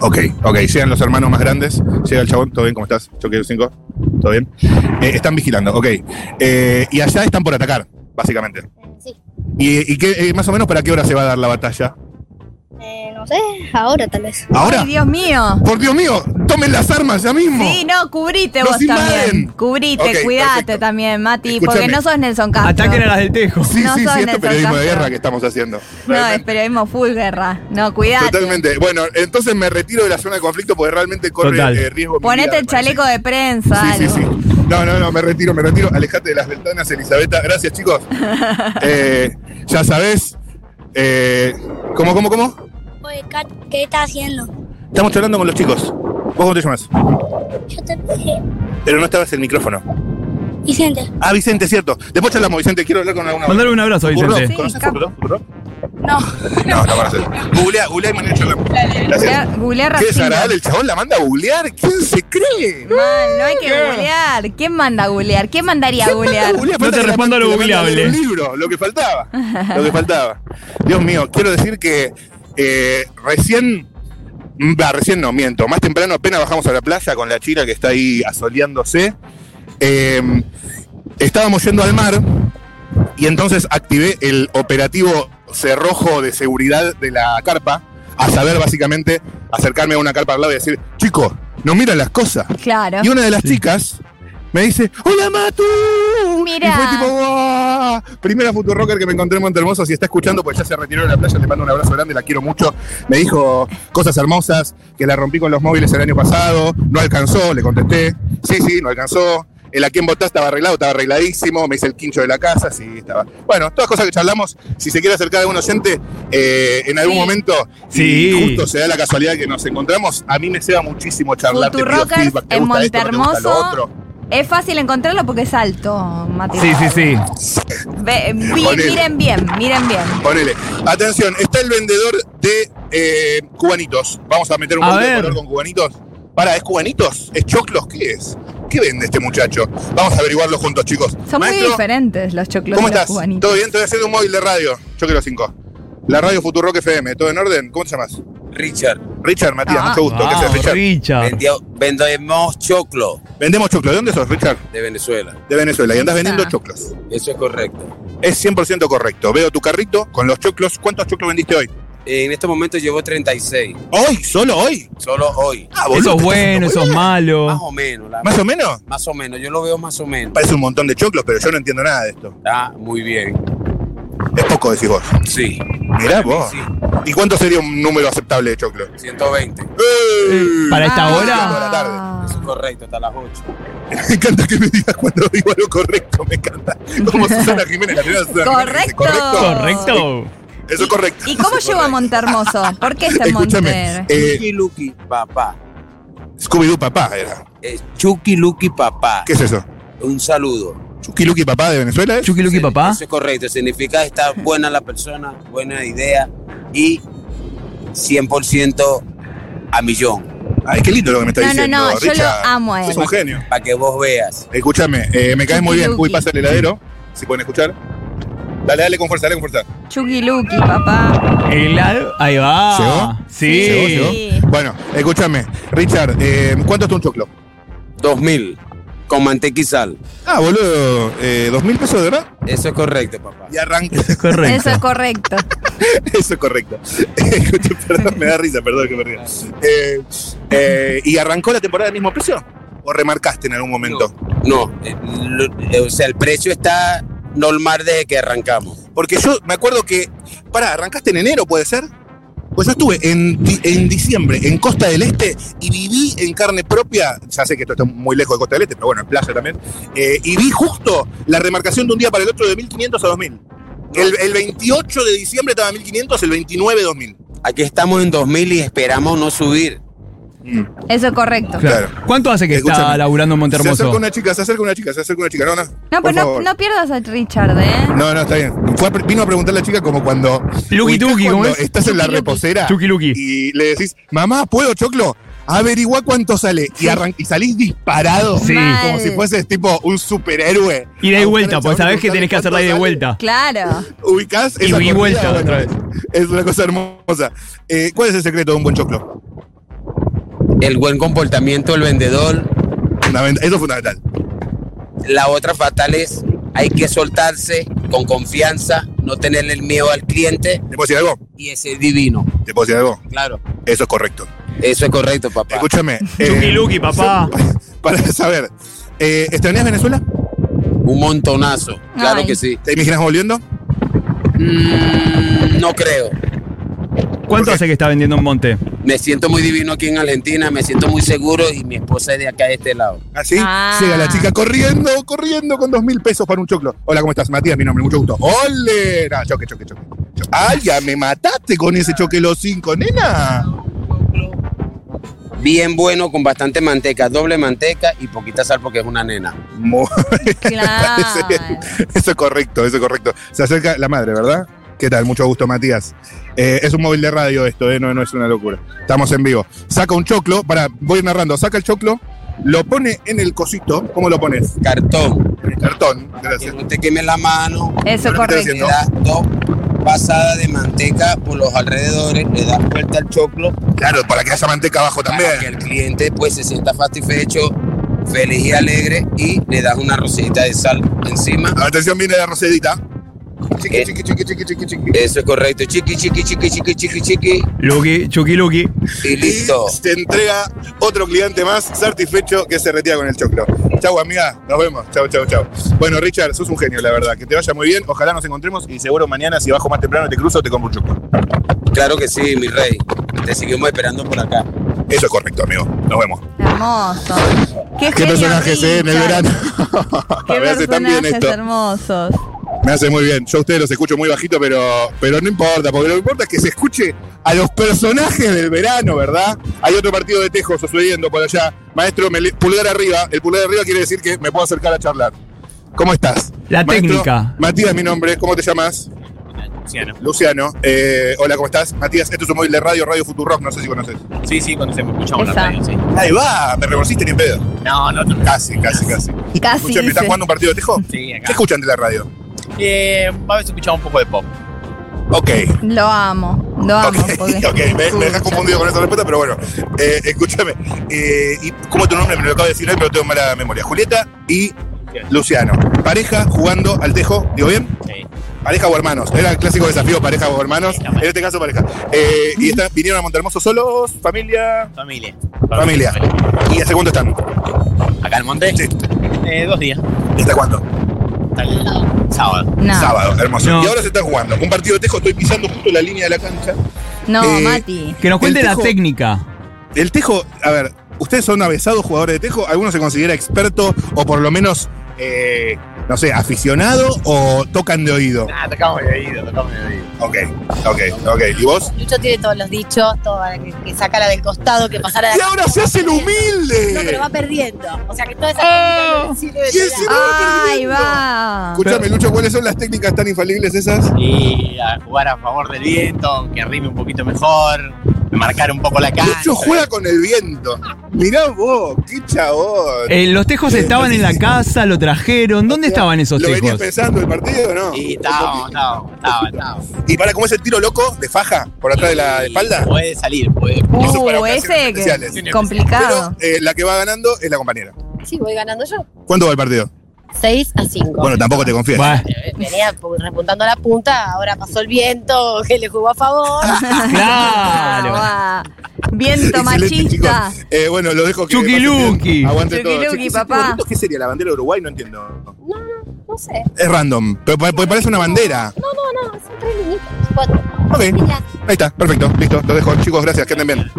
[SPEAKER 3] Ok, ok, llegan los hermanos más grandes, llega el chabón, ¿todo bien? ¿Cómo estás? Choque 5, ¿todo bien? Eh, están vigilando, ok. Eh, y allá están por atacar, básicamente.
[SPEAKER 9] Eh, sí.
[SPEAKER 3] ¿Y, y qué- eh, más o menos para qué hora se va a dar la batalla?
[SPEAKER 9] Eh, no sé, ahora tal vez.
[SPEAKER 3] ¿Ahora?
[SPEAKER 2] Ay, Dios mío.
[SPEAKER 3] Por Dios mío, tomen las armas ya mismo.
[SPEAKER 2] Sí, no, cubrite
[SPEAKER 3] Nos
[SPEAKER 2] vos
[SPEAKER 3] invaden.
[SPEAKER 2] también. Cubrite,
[SPEAKER 3] Ok,
[SPEAKER 2] cuidate
[SPEAKER 3] perfecto.
[SPEAKER 2] también, Mati,
[SPEAKER 3] Escúchame.
[SPEAKER 2] porque no sos Nelson Castro.
[SPEAKER 4] Ataquen a las del tejo.
[SPEAKER 3] sí,
[SPEAKER 2] no son
[SPEAKER 3] sí, sí, esto
[SPEAKER 2] Nelson
[SPEAKER 3] es periodismo de
[SPEAKER 2] Castro.
[SPEAKER 3] guerra que estamos haciendo.
[SPEAKER 2] No,
[SPEAKER 3] Realmente.
[SPEAKER 2] es periodismo full guerra. No, cuidate.
[SPEAKER 3] Totalmente. Bueno, entonces me retiro de la zona de conflicto porque realmente corre
[SPEAKER 4] Total.
[SPEAKER 3] eh, riesgo. mi vida,
[SPEAKER 2] Ponete el
[SPEAKER 3] me parece.
[SPEAKER 2] chaleco de prensa.
[SPEAKER 3] Sí, sí,
[SPEAKER 2] algo.
[SPEAKER 3] sí. No, no, no, me retiro, me retiro. Alejate de las ventanas, Elisabetta. Gracias, chicos. Eh, ya sabés. eh, ¿Cómo, cómo, cómo?
[SPEAKER 9] Oye, Kat, ¿qué estás haciendo?
[SPEAKER 3] Estamos charlando con los chicos. ¿Vos cómo te llamas?
[SPEAKER 9] Yo te dije.
[SPEAKER 3] Pero no estabas en el micrófono.
[SPEAKER 9] Vicente,
[SPEAKER 3] Ah, Vicente, cierto. Después charlamos, Vicente. Quiero hablar con alguna.
[SPEAKER 4] Mandale un abrazo,
[SPEAKER 3] Furrock,
[SPEAKER 4] Vicente.
[SPEAKER 2] Sí,
[SPEAKER 3] ¿Conoces
[SPEAKER 2] cap-
[SPEAKER 3] Furrock? Furrock?
[SPEAKER 7] No,
[SPEAKER 3] No, no van a hacer. Googlea, googlea y mañana charlamos.
[SPEAKER 7] dale.
[SPEAKER 3] Gracias.
[SPEAKER 2] Googlea- Googlea
[SPEAKER 3] Qué
[SPEAKER 2] Racinga.
[SPEAKER 3] desagradable, el chabón la manda a googlear. ¿Quién se cree? No,
[SPEAKER 2] Mal, no hay que googlear. ¿Quién manda a googlear? ¿Quién mandaría a googlear?
[SPEAKER 3] Googlear,
[SPEAKER 4] No
[SPEAKER 3] falta
[SPEAKER 4] te
[SPEAKER 3] que la-
[SPEAKER 4] respondo a lo
[SPEAKER 3] que la manda a
[SPEAKER 4] googleable.
[SPEAKER 3] leer Un libro, lo que faltaba. Lo que faltaba. Dios mío, quiero decir que eh, recién. mm, va, recién no, miento. Más temprano apenas bajamos a la playa con la chira que está ahí asoleándose. eh, estábamos yendo al mar y entonces activé el operativo cerrojo de seguridad de la carpa. A saber, básicamente, acercarme a una carpa al lado y decir, chicos, no miran las cosas.
[SPEAKER 2] Claro.
[SPEAKER 3] Y una de las chicas me dice, ¡Hola, Matu!
[SPEAKER 2] Mirá.
[SPEAKER 3] Y fue tipo, ¡guau! Primera Futurocker que me encontré en Montermoso. Si está escuchando, pues ya se retiró de la playa. Le mando un abrazo grande, la quiero mucho. Me dijo cosas hermosas, que la rompí con los móviles el año pasado. No alcanzó, le contesté. Sí, sí, no alcanzó. El a quien votás estaba arreglado, estaba arregladísimo. Me hice el quincho de la casa, sí, estaba. Bueno, todas cosas que charlamos. Si se quiere acercar a algún oyente, eh, en algún
[SPEAKER 2] Sí.
[SPEAKER 3] momento,
[SPEAKER 4] Sí.
[SPEAKER 3] y justo se da la casualidad que nos encontramos, a mí me ceba muchísimo charlar. te pido
[SPEAKER 2] Futurockers
[SPEAKER 3] feedback, te
[SPEAKER 2] en
[SPEAKER 3] gusta esto, no te gusta lo
[SPEAKER 2] Montehermoso.
[SPEAKER 3] otro.
[SPEAKER 2] Es fácil encontrarlo porque es alto, Mati.
[SPEAKER 4] Sí, sí, sí.
[SPEAKER 2] Ve- vi-
[SPEAKER 3] Ponele.
[SPEAKER 2] miren bien, miren bien.
[SPEAKER 3] Ponele. Atención, está el vendedor de eh, cubanitos. Vamos a meter un
[SPEAKER 4] A
[SPEAKER 3] poco de
[SPEAKER 4] ver.
[SPEAKER 3] color con cubanitos. Para, ¿es cubanitos? ¿Es choclos? ¿Qué es? ¿Qué vende este muchacho? Vamos a averiguarlo juntos, chicos.
[SPEAKER 2] Son muy
[SPEAKER 3] Maestro,
[SPEAKER 2] diferentes los choclos
[SPEAKER 3] ¿cómo
[SPEAKER 2] de los
[SPEAKER 3] estás?
[SPEAKER 2] cubanitos.
[SPEAKER 3] ¿Todo bien? Estoy haciendo un móvil de radio. Yo quiero cinco. La radio Futuro FM. ¿Todo en orden? ¿Cómo te llamas?
[SPEAKER 8] Richard,
[SPEAKER 3] Richard, Matías,
[SPEAKER 2] Ah.
[SPEAKER 3] mucho gusto. ¿Qué haces,
[SPEAKER 4] Wow,
[SPEAKER 3] Richard?
[SPEAKER 4] Richard.
[SPEAKER 8] vendió- vendemos choclo
[SPEAKER 3] Vendemos choclos. ¿De dónde sos, Richard?
[SPEAKER 8] de Venezuela.
[SPEAKER 3] De Venezuela. Y andás vendiendo
[SPEAKER 2] Ah.
[SPEAKER 3] choclos.
[SPEAKER 8] Eso es correcto.
[SPEAKER 3] Es 100% correcto. Veo tu carrito con los choclos. ¿Cuántos choclos vendiste hoy?
[SPEAKER 8] En este momento llevo 36,
[SPEAKER 3] ¿Hoy? ¿Solo hoy?
[SPEAKER 8] solo hoy.
[SPEAKER 4] Eso
[SPEAKER 3] Ah, boludo,
[SPEAKER 4] es
[SPEAKER 3] ¿te estás
[SPEAKER 4] bueno,
[SPEAKER 3] haciendo
[SPEAKER 4] eso es
[SPEAKER 3] boludo?
[SPEAKER 8] Más
[SPEAKER 4] malo.
[SPEAKER 8] o menos, la-
[SPEAKER 3] Oh. ¿Más o menos?
[SPEAKER 8] más o menos, yo lo veo más o menos.
[SPEAKER 3] Parece un montón de choclos, pero yo no entiendo nada de esto.
[SPEAKER 8] Ah, muy bien.
[SPEAKER 3] Es poco, decís vos.
[SPEAKER 8] Sí.
[SPEAKER 3] Mirá vos.
[SPEAKER 8] Sí,
[SPEAKER 3] ¿Y cuánto sería un número aceptable de choclos?
[SPEAKER 8] 120.
[SPEAKER 3] ¡Ey!
[SPEAKER 4] Para esta
[SPEAKER 2] Ah.
[SPEAKER 3] hora?
[SPEAKER 4] hora.
[SPEAKER 3] la tarde.
[SPEAKER 8] Eso es correcto, hasta las 8.
[SPEAKER 3] Me encanta que me digas cuando digo lo correcto, me encanta. Como Susana Jiménez, la primera Susana Jiménez.
[SPEAKER 2] Correcto.
[SPEAKER 3] que dice, ¿Correcto?
[SPEAKER 4] Correcto.
[SPEAKER 3] Eso es correcto.
[SPEAKER 2] ¿Y cómo
[SPEAKER 3] Eso es
[SPEAKER 2] llegó a
[SPEAKER 3] correcto.
[SPEAKER 2] Montermoso? ¿Por qué está en
[SPEAKER 3] Escúchame,
[SPEAKER 2] Monter?
[SPEAKER 3] eh,
[SPEAKER 8] Chucky Lucky Papá.
[SPEAKER 3] Scooby-Doo Papá era.
[SPEAKER 8] Es Chucky Lucky Papá.
[SPEAKER 3] ¿Qué es eso?
[SPEAKER 8] Un saludo.
[SPEAKER 3] ¿Chucky Lucky Papá de Venezuela? es?
[SPEAKER 4] Chucky Lucky,
[SPEAKER 8] Sí,
[SPEAKER 4] papá.
[SPEAKER 8] Eso es correcto. Significa estar buena la persona, buena idea y 100% a millón.
[SPEAKER 3] Ay, qué lindo lo que me está
[SPEAKER 2] No, no,
[SPEAKER 3] diciendo.
[SPEAKER 2] no, yo lo
[SPEAKER 3] Richard.
[SPEAKER 2] amo a él.
[SPEAKER 3] Es un genio.
[SPEAKER 8] Para que vos veas.
[SPEAKER 3] Escúchame, eh, me caes muy bien.
[SPEAKER 2] Chucky
[SPEAKER 3] Uy,
[SPEAKER 2] Lucky.
[SPEAKER 3] pasa el heladero. Si pueden escuchar. Dale, dale con fuerza, dale con fuerza.
[SPEAKER 2] Chucky Lucky, papá.
[SPEAKER 4] El al- Ahí va.
[SPEAKER 3] ¿Llegó?
[SPEAKER 4] Sí.
[SPEAKER 3] Llegó,
[SPEAKER 2] Sí.
[SPEAKER 3] llegó. Bueno, escúchame, Richard, eh, ¿cuánto está un choclo?
[SPEAKER 8] 2000 con manteca y sal.
[SPEAKER 3] Ah, boludo, eh, dos mil pesos de verdad.
[SPEAKER 8] Eso es correcto, papá.
[SPEAKER 3] Y arranca.
[SPEAKER 4] Correcto.
[SPEAKER 2] Eso es correcto.
[SPEAKER 3] Eso es correcto. Escucha, perdón, me da risa, perdón que me ría. Eh, eh, ¿Y arrancó la temporada al mismo precio? ¿O remarcaste en algún momento?
[SPEAKER 8] No, eh, lo- eh, o sea, el precio está normal desde que arrancamos.
[SPEAKER 3] Porque yo me acuerdo que. Pará, arrancaste en enero, ¿puede ser? Pues yo estuve en, di- en diciembre en Costa del Este y viví en carne propia, ya sé que esto está muy lejos de Costa del Este, pero bueno, en playa también, eh, y vi justo la remarcación de un día para el otro de 1500 a 2000. El, el 28 de diciembre estaba 1500, el 29 2000.
[SPEAKER 8] Aquí estamos en 2000 y esperamos no subir.
[SPEAKER 2] Eso es correcto.
[SPEAKER 4] Claro.
[SPEAKER 3] Claro.
[SPEAKER 4] ¿Cuánto hace que está
[SPEAKER 3] Escúchame.
[SPEAKER 4] laburando en
[SPEAKER 3] Mm. Se acerca
[SPEAKER 4] Montermoso?
[SPEAKER 3] una chica, se acerca una chica, se acerca una chica. No, no.
[SPEAKER 2] No,
[SPEAKER 3] por
[SPEAKER 2] pero no,
[SPEAKER 3] favor.
[SPEAKER 2] no pierdas a Richard, ¿eh?
[SPEAKER 3] No, no, está bien. Fue a pre- vino a preguntar la chica como cuando.
[SPEAKER 4] Luki
[SPEAKER 3] ubicás
[SPEAKER 4] Tuki, ¿cómo
[SPEAKER 3] cuando
[SPEAKER 4] es?
[SPEAKER 3] Estás en la reposera.
[SPEAKER 4] Chucky Lucky.
[SPEAKER 3] y le decís, mamá, ¿puedo choclo? Averigua cuánto sale. Y, arran- y salís disparado.
[SPEAKER 4] Sí.
[SPEAKER 2] Mal.
[SPEAKER 3] Como si fueses tipo un superhéroe.
[SPEAKER 4] Y de
[SPEAKER 3] A buscar
[SPEAKER 4] vuelta,
[SPEAKER 3] al
[SPEAKER 4] pues
[SPEAKER 3] chabón
[SPEAKER 4] sabés que
[SPEAKER 3] sale
[SPEAKER 4] tenés que hacer
[SPEAKER 3] cuánto
[SPEAKER 4] la ida y
[SPEAKER 3] sale.
[SPEAKER 4] vuelta.
[SPEAKER 2] Claro.
[SPEAKER 3] Ubicás
[SPEAKER 4] Y
[SPEAKER 3] esa
[SPEAKER 4] di
[SPEAKER 3] corrida,
[SPEAKER 4] vuelta
[SPEAKER 3] bueno,
[SPEAKER 4] otra vez.
[SPEAKER 3] Es una cosa hermosa. Eh, ¿Cuál es el secreto de un buen choclo?
[SPEAKER 8] El buen comportamiento del vendedor.
[SPEAKER 3] Fundamenta- Eso es fundamental.
[SPEAKER 8] La otra fatal es hay que soltarse con confianza, no tenerle el miedo al cliente
[SPEAKER 3] ¿Te puedo decir algo?
[SPEAKER 8] y ese es divino.
[SPEAKER 3] ¿Te puedo decir algo?
[SPEAKER 8] Claro.
[SPEAKER 3] Eso es correcto.
[SPEAKER 8] Eso es correcto, papá.
[SPEAKER 3] Escúchame. eh,
[SPEAKER 4] Chucky Lucky, papá.
[SPEAKER 3] para saber, eh, ¿extrañas Venezuela?
[SPEAKER 8] Un montonazo. Claro
[SPEAKER 2] Ay.
[SPEAKER 8] que sí.
[SPEAKER 3] ¿Te imaginas volviendo?
[SPEAKER 8] Mm, no creo.
[SPEAKER 4] ¿Cuánto hace que está vendiendo en Monte?
[SPEAKER 8] Me siento muy divino aquí en Argentina, me siento muy seguro y mi esposa es de acá de este lado.
[SPEAKER 3] Así
[SPEAKER 2] Ah.
[SPEAKER 3] llega la chica corriendo, corriendo con dos mil pesos para un choclo. Hola, ¿cómo estás? Matías, mi nombre, mucho gusto. ¡Ole! No, choque, choque, choque. Cho- ¡Ay, ya me mataste con ese choque los cinco, nena!
[SPEAKER 8] Bien bueno, con bastante manteca, doble manteca y poquita sal porque es una nena.
[SPEAKER 3] Mo-
[SPEAKER 2] Claro.
[SPEAKER 3] Eso es correcto, eso es correcto. Se acerca la madre, ¿verdad? ¿Qué tal? Mucho gusto, Matías. Eh, es un móvil de radio esto, ¿eh? no, no es una locura. Estamos en vivo. Saca un choclo, para, voy narrando, saca el choclo, lo pone en el cosito. ¿Cómo lo pones?
[SPEAKER 8] Cartón.
[SPEAKER 3] En el cartón.
[SPEAKER 8] Que
[SPEAKER 3] Gracias.
[SPEAKER 8] no te queme la mano.
[SPEAKER 2] Eso
[SPEAKER 3] Bueno, ¿qué
[SPEAKER 2] correcto.
[SPEAKER 3] estoy
[SPEAKER 8] Le das dos pasadas de manteca por los alrededores, le das vuelta al choclo
[SPEAKER 3] Claro, para que haya manteca abajo
[SPEAKER 8] para que
[SPEAKER 3] también.
[SPEAKER 8] el cliente pues se sienta satisfecho, feliz y alegre y le das una rosita de sal encima.
[SPEAKER 3] Atención, viene la rosedita. Chiqui,
[SPEAKER 8] Eh.
[SPEAKER 3] chiqui, chiqui, chiqui, chiqui, chiqui.
[SPEAKER 8] Eso es correcto. Chiqui, chiqui, chiqui, chiqui, chiqui, chiqui.
[SPEAKER 4] Luki, Chucky Luki.
[SPEAKER 8] Y listo.
[SPEAKER 3] Y se entrega otro cliente más satisfecho que se retira con el choclo. Chau, amiga. Nos vemos. Chau, chau, chau. Bueno, Richard, sos un genio, la verdad. Que te vaya muy bien. Ojalá nos encontremos y seguro mañana, si bajo más temprano, te cruzo, te compro un choclo.
[SPEAKER 8] Claro que sí, mi rey. Te seguimos esperando por acá.
[SPEAKER 3] Eso es correcto, amigo. Nos vemos.
[SPEAKER 2] Hermoso. Qué,
[SPEAKER 3] Qué
[SPEAKER 2] genio,
[SPEAKER 3] personajes, eh, en el
[SPEAKER 2] Richard.
[SPEAKER 3] verano.
[SPEAKER 2] Qué
[SPEAKER 3] Me hace tan bien
[SPEAKER 2] personajes
[SPEAKER 3] esto.
[SPEAKER 2] hermosos.
[SPEAKER 3] Me hace muy bien. Yo a ustedes los escucho muy bajito, pero, pero no importa, porque lo que importa es que se escuche a los personajes del verano, ¿verdad? Hay otro partido de tejo sucediendo por allá. Maestro, me le- pulgar arriba. El pulgar arriba quiere decir que me puedo acercar a charlar. ¿Cómo estás?
[SPEAKER 4] La
[SPEAKER 3] Maestro,
[SPEAKER 4] técnica.
[SPEAKER 3] Matías, mi nombre. ¿Cómo te llamas?
[SPEAKER 10] Luciano.
[SPEAKER 3] Luciano. Eh, hola, ¿cómo estás? Matías, esto es un móvil de radio, Radio Futurock, no sé si conoces.
[SPEAKER 10] Sí, sí, conocemos, escuchamos
[SPEAKER 2] Esa.
[SPEAKER 10] la radio, sí.
[SPEAKER 3] Ahí va, me reconociste ni en pedo.
[SPEAKER 10] No, no, no.
[SPEAKER 3] Casi, casi, casi.
[SPEAKER 2] Casi.
[SPEAKER 3] Escuchame, ¿estás
[SPEAKER 2] dice.
[SPEAKER 3] jugando un partido de tejo?
[SPEAKER 10] Sí,
[SPEAKER 3] ¿Qué
[SPEAKER 10] acá.
[SPEAKER 3] escuchan de la radio?
[SPEAKER 10] Eh, a veces escuchamos un poco de pop.
[SPEAKER 3] Ok.
[SPEAKER 2] Lo amo, lo amo.
[SPEAKER 3] Ok,
[SPEAKER 2] porque-
[SPEAKER 3] ok, me, me dejas confundido con esa respuesta, pero bueno, Eh, escúchame. Eh, ¿y ¿Cómo es tu nombre? Me lo acabo de decir hoy, pero tengo mala memoria. Julieta y Luciano. Pareja jugando al tejo, ¿digo bien?
[SPEAKER 10] Sí.
[SPEAKER 3] Pareja o hermanos. Era el clásico desafío, pareja o hermanos. En este caso, pareja. Eh, ¿Y están, vinieron a Montermoso solos? ¿Familia?
[SPEAKER 10] Familia.
[SPEAKER 3] Familia. ¿Y hace cuánto están?
[SPEAKER 10] Acá en Monte.
[SPEAKER 3] Sí.
[SPEAKER 10] Eh, dos días.
[SPEAKER 3] ¿Y ¿Hasta cuándo?
[SPEAKER 10] Hasta el sábado.
[SPEAKER 2] No,
[SPEAKER 3] Sábado, hermoso.
[SPEAKER 4] No.
[SPEAKER 3] Y ahora se están jugando. Un partido de tejo, estoy pisando justo la línea de la cancha.
[SPEAKER 2] no,
[SPEAKER 3] Eh,
[SPEAKER 2] Mati.
[SPEAKER 4] Que nos cuente
[SPEAKER 3] El
[SPEAKER 4] la
[SPEAKER 3] tejo-
[SPEAKER 4] técnica.
[SPEAKER 3] El tejo, a ver, ustedes son avesados jugadores de tejo, ¿alguno se considera experto o por lo menos, eh, no sé, aficionado o tocan de oído?
[SPEAKER 10] Ah, tocamos de oído, tocamos de oído.
[SPEAKER 3] Ok, ok, ok. ¿Y vos?
[SPEAKER 11] Lucho tiene todos los dichos, todo, que, que sacara del costado, que pasara de
[SPEAKER 3] ¡Y ahora se hace el
[SPEAKER 11] No, pero
[SPEAKER 3] humilde!
[SPEAKER 11] va perdiendo. O sea que toda esa
[SPEAKER 3] Ah.
[SPEAKER 11] técnica no le sirve de
[SPEAKER 3] Y
[SPEAKER 11] nada.
[SPEAKER 3] ese no va
[SPEAKER 2] Ay,
[SPEAKER 3] perdiendo.
[SPEAKER 2] va.
[SPEAKER 3] Escúchame, Lucho, ¿cuáles son las técnicas tan infalibles esas?
[SPEAKER 10] Y a jugar a favor del viento, que rime un poquito mejor, marcar un poco la cancha.
[SPEAKER 3] Lucho juega con el viento. Mirá vos, qué chabón.
[SPEAKER 4] Eh, los tejos estaban en la casa, lo trajeron. ¿Dónde estaban esos
[SPEAKER 3] ¿Lo venías
[SPEAKER 4] tejos?
[SPEAKER 3] pensando el partido o no?
[SPEAKER 10] Y estábamos, estábamos, estábamos, estábamos.
[SPEAKER 3] ¿Y para cómo es el tiro loco de faja por atrás de la
[SPEAKER 10] Y
[SPEAKER 3] espalda?
[SPEAKER 10] Puede salir, puede.
[SPEAKER 3] Eso para
[SPEAKER 2] Uh,
[SPEAKER 3] ocasiones
[SPEAKER 2] ese
[SPEAKER 3] especiales.
[SPEAKER 2] que- complicado.
[SPEAKER 3] Pero eh, la que va ganando es la compañera.
[SPEAKER 11] Sí, voy ganando yo.
[SPEAKER 3] ¿Cuánto va el partido?
[SPEAKER 11] 6 a 5.
[SPEAKER 3] Bueno, tampoco te confías.
[SPEAKER 4] Bah,
[SPEAKER 11] Venía pu- repuntando a la punta, ahora pasó el viento, que le jugó a favor.
[SPEAKER 4] claro.
[SPEAKER 2] Ah, va. Viento
[SPEAKER 3] Excelente,
[SPEAKER 2] machista.
[SPEAKER 3] chicos. Eh, bueno, lo dejo que.
[SPEAKER 4] Chuquiluqui.
[SPEAKER 3] pasen bien. Aguante todo.
[SPEAKER 2] Chuquiluqui,
[SPEAKER 3] Chicos,
[SPEAKER 2] papá.
[SPEAKER 3] ¿este gorrito ¿Qué sería? ¿La bandera de Uruguay? No entiendo.
[SPEAKER 11] No sé,
[SPEAKER 3] Es random. Pero pa- pa- parece una bandera.
[SPEAKER 11] no, no, son tres niñitos, cuatro.
[SPEAKER 3] Ok. Ahí
[SPEAKER 11] Mira,
[SPEAKER 3] está. Perfecto. Listo. Lo dejo. Chicos, gracias. Que anden bien.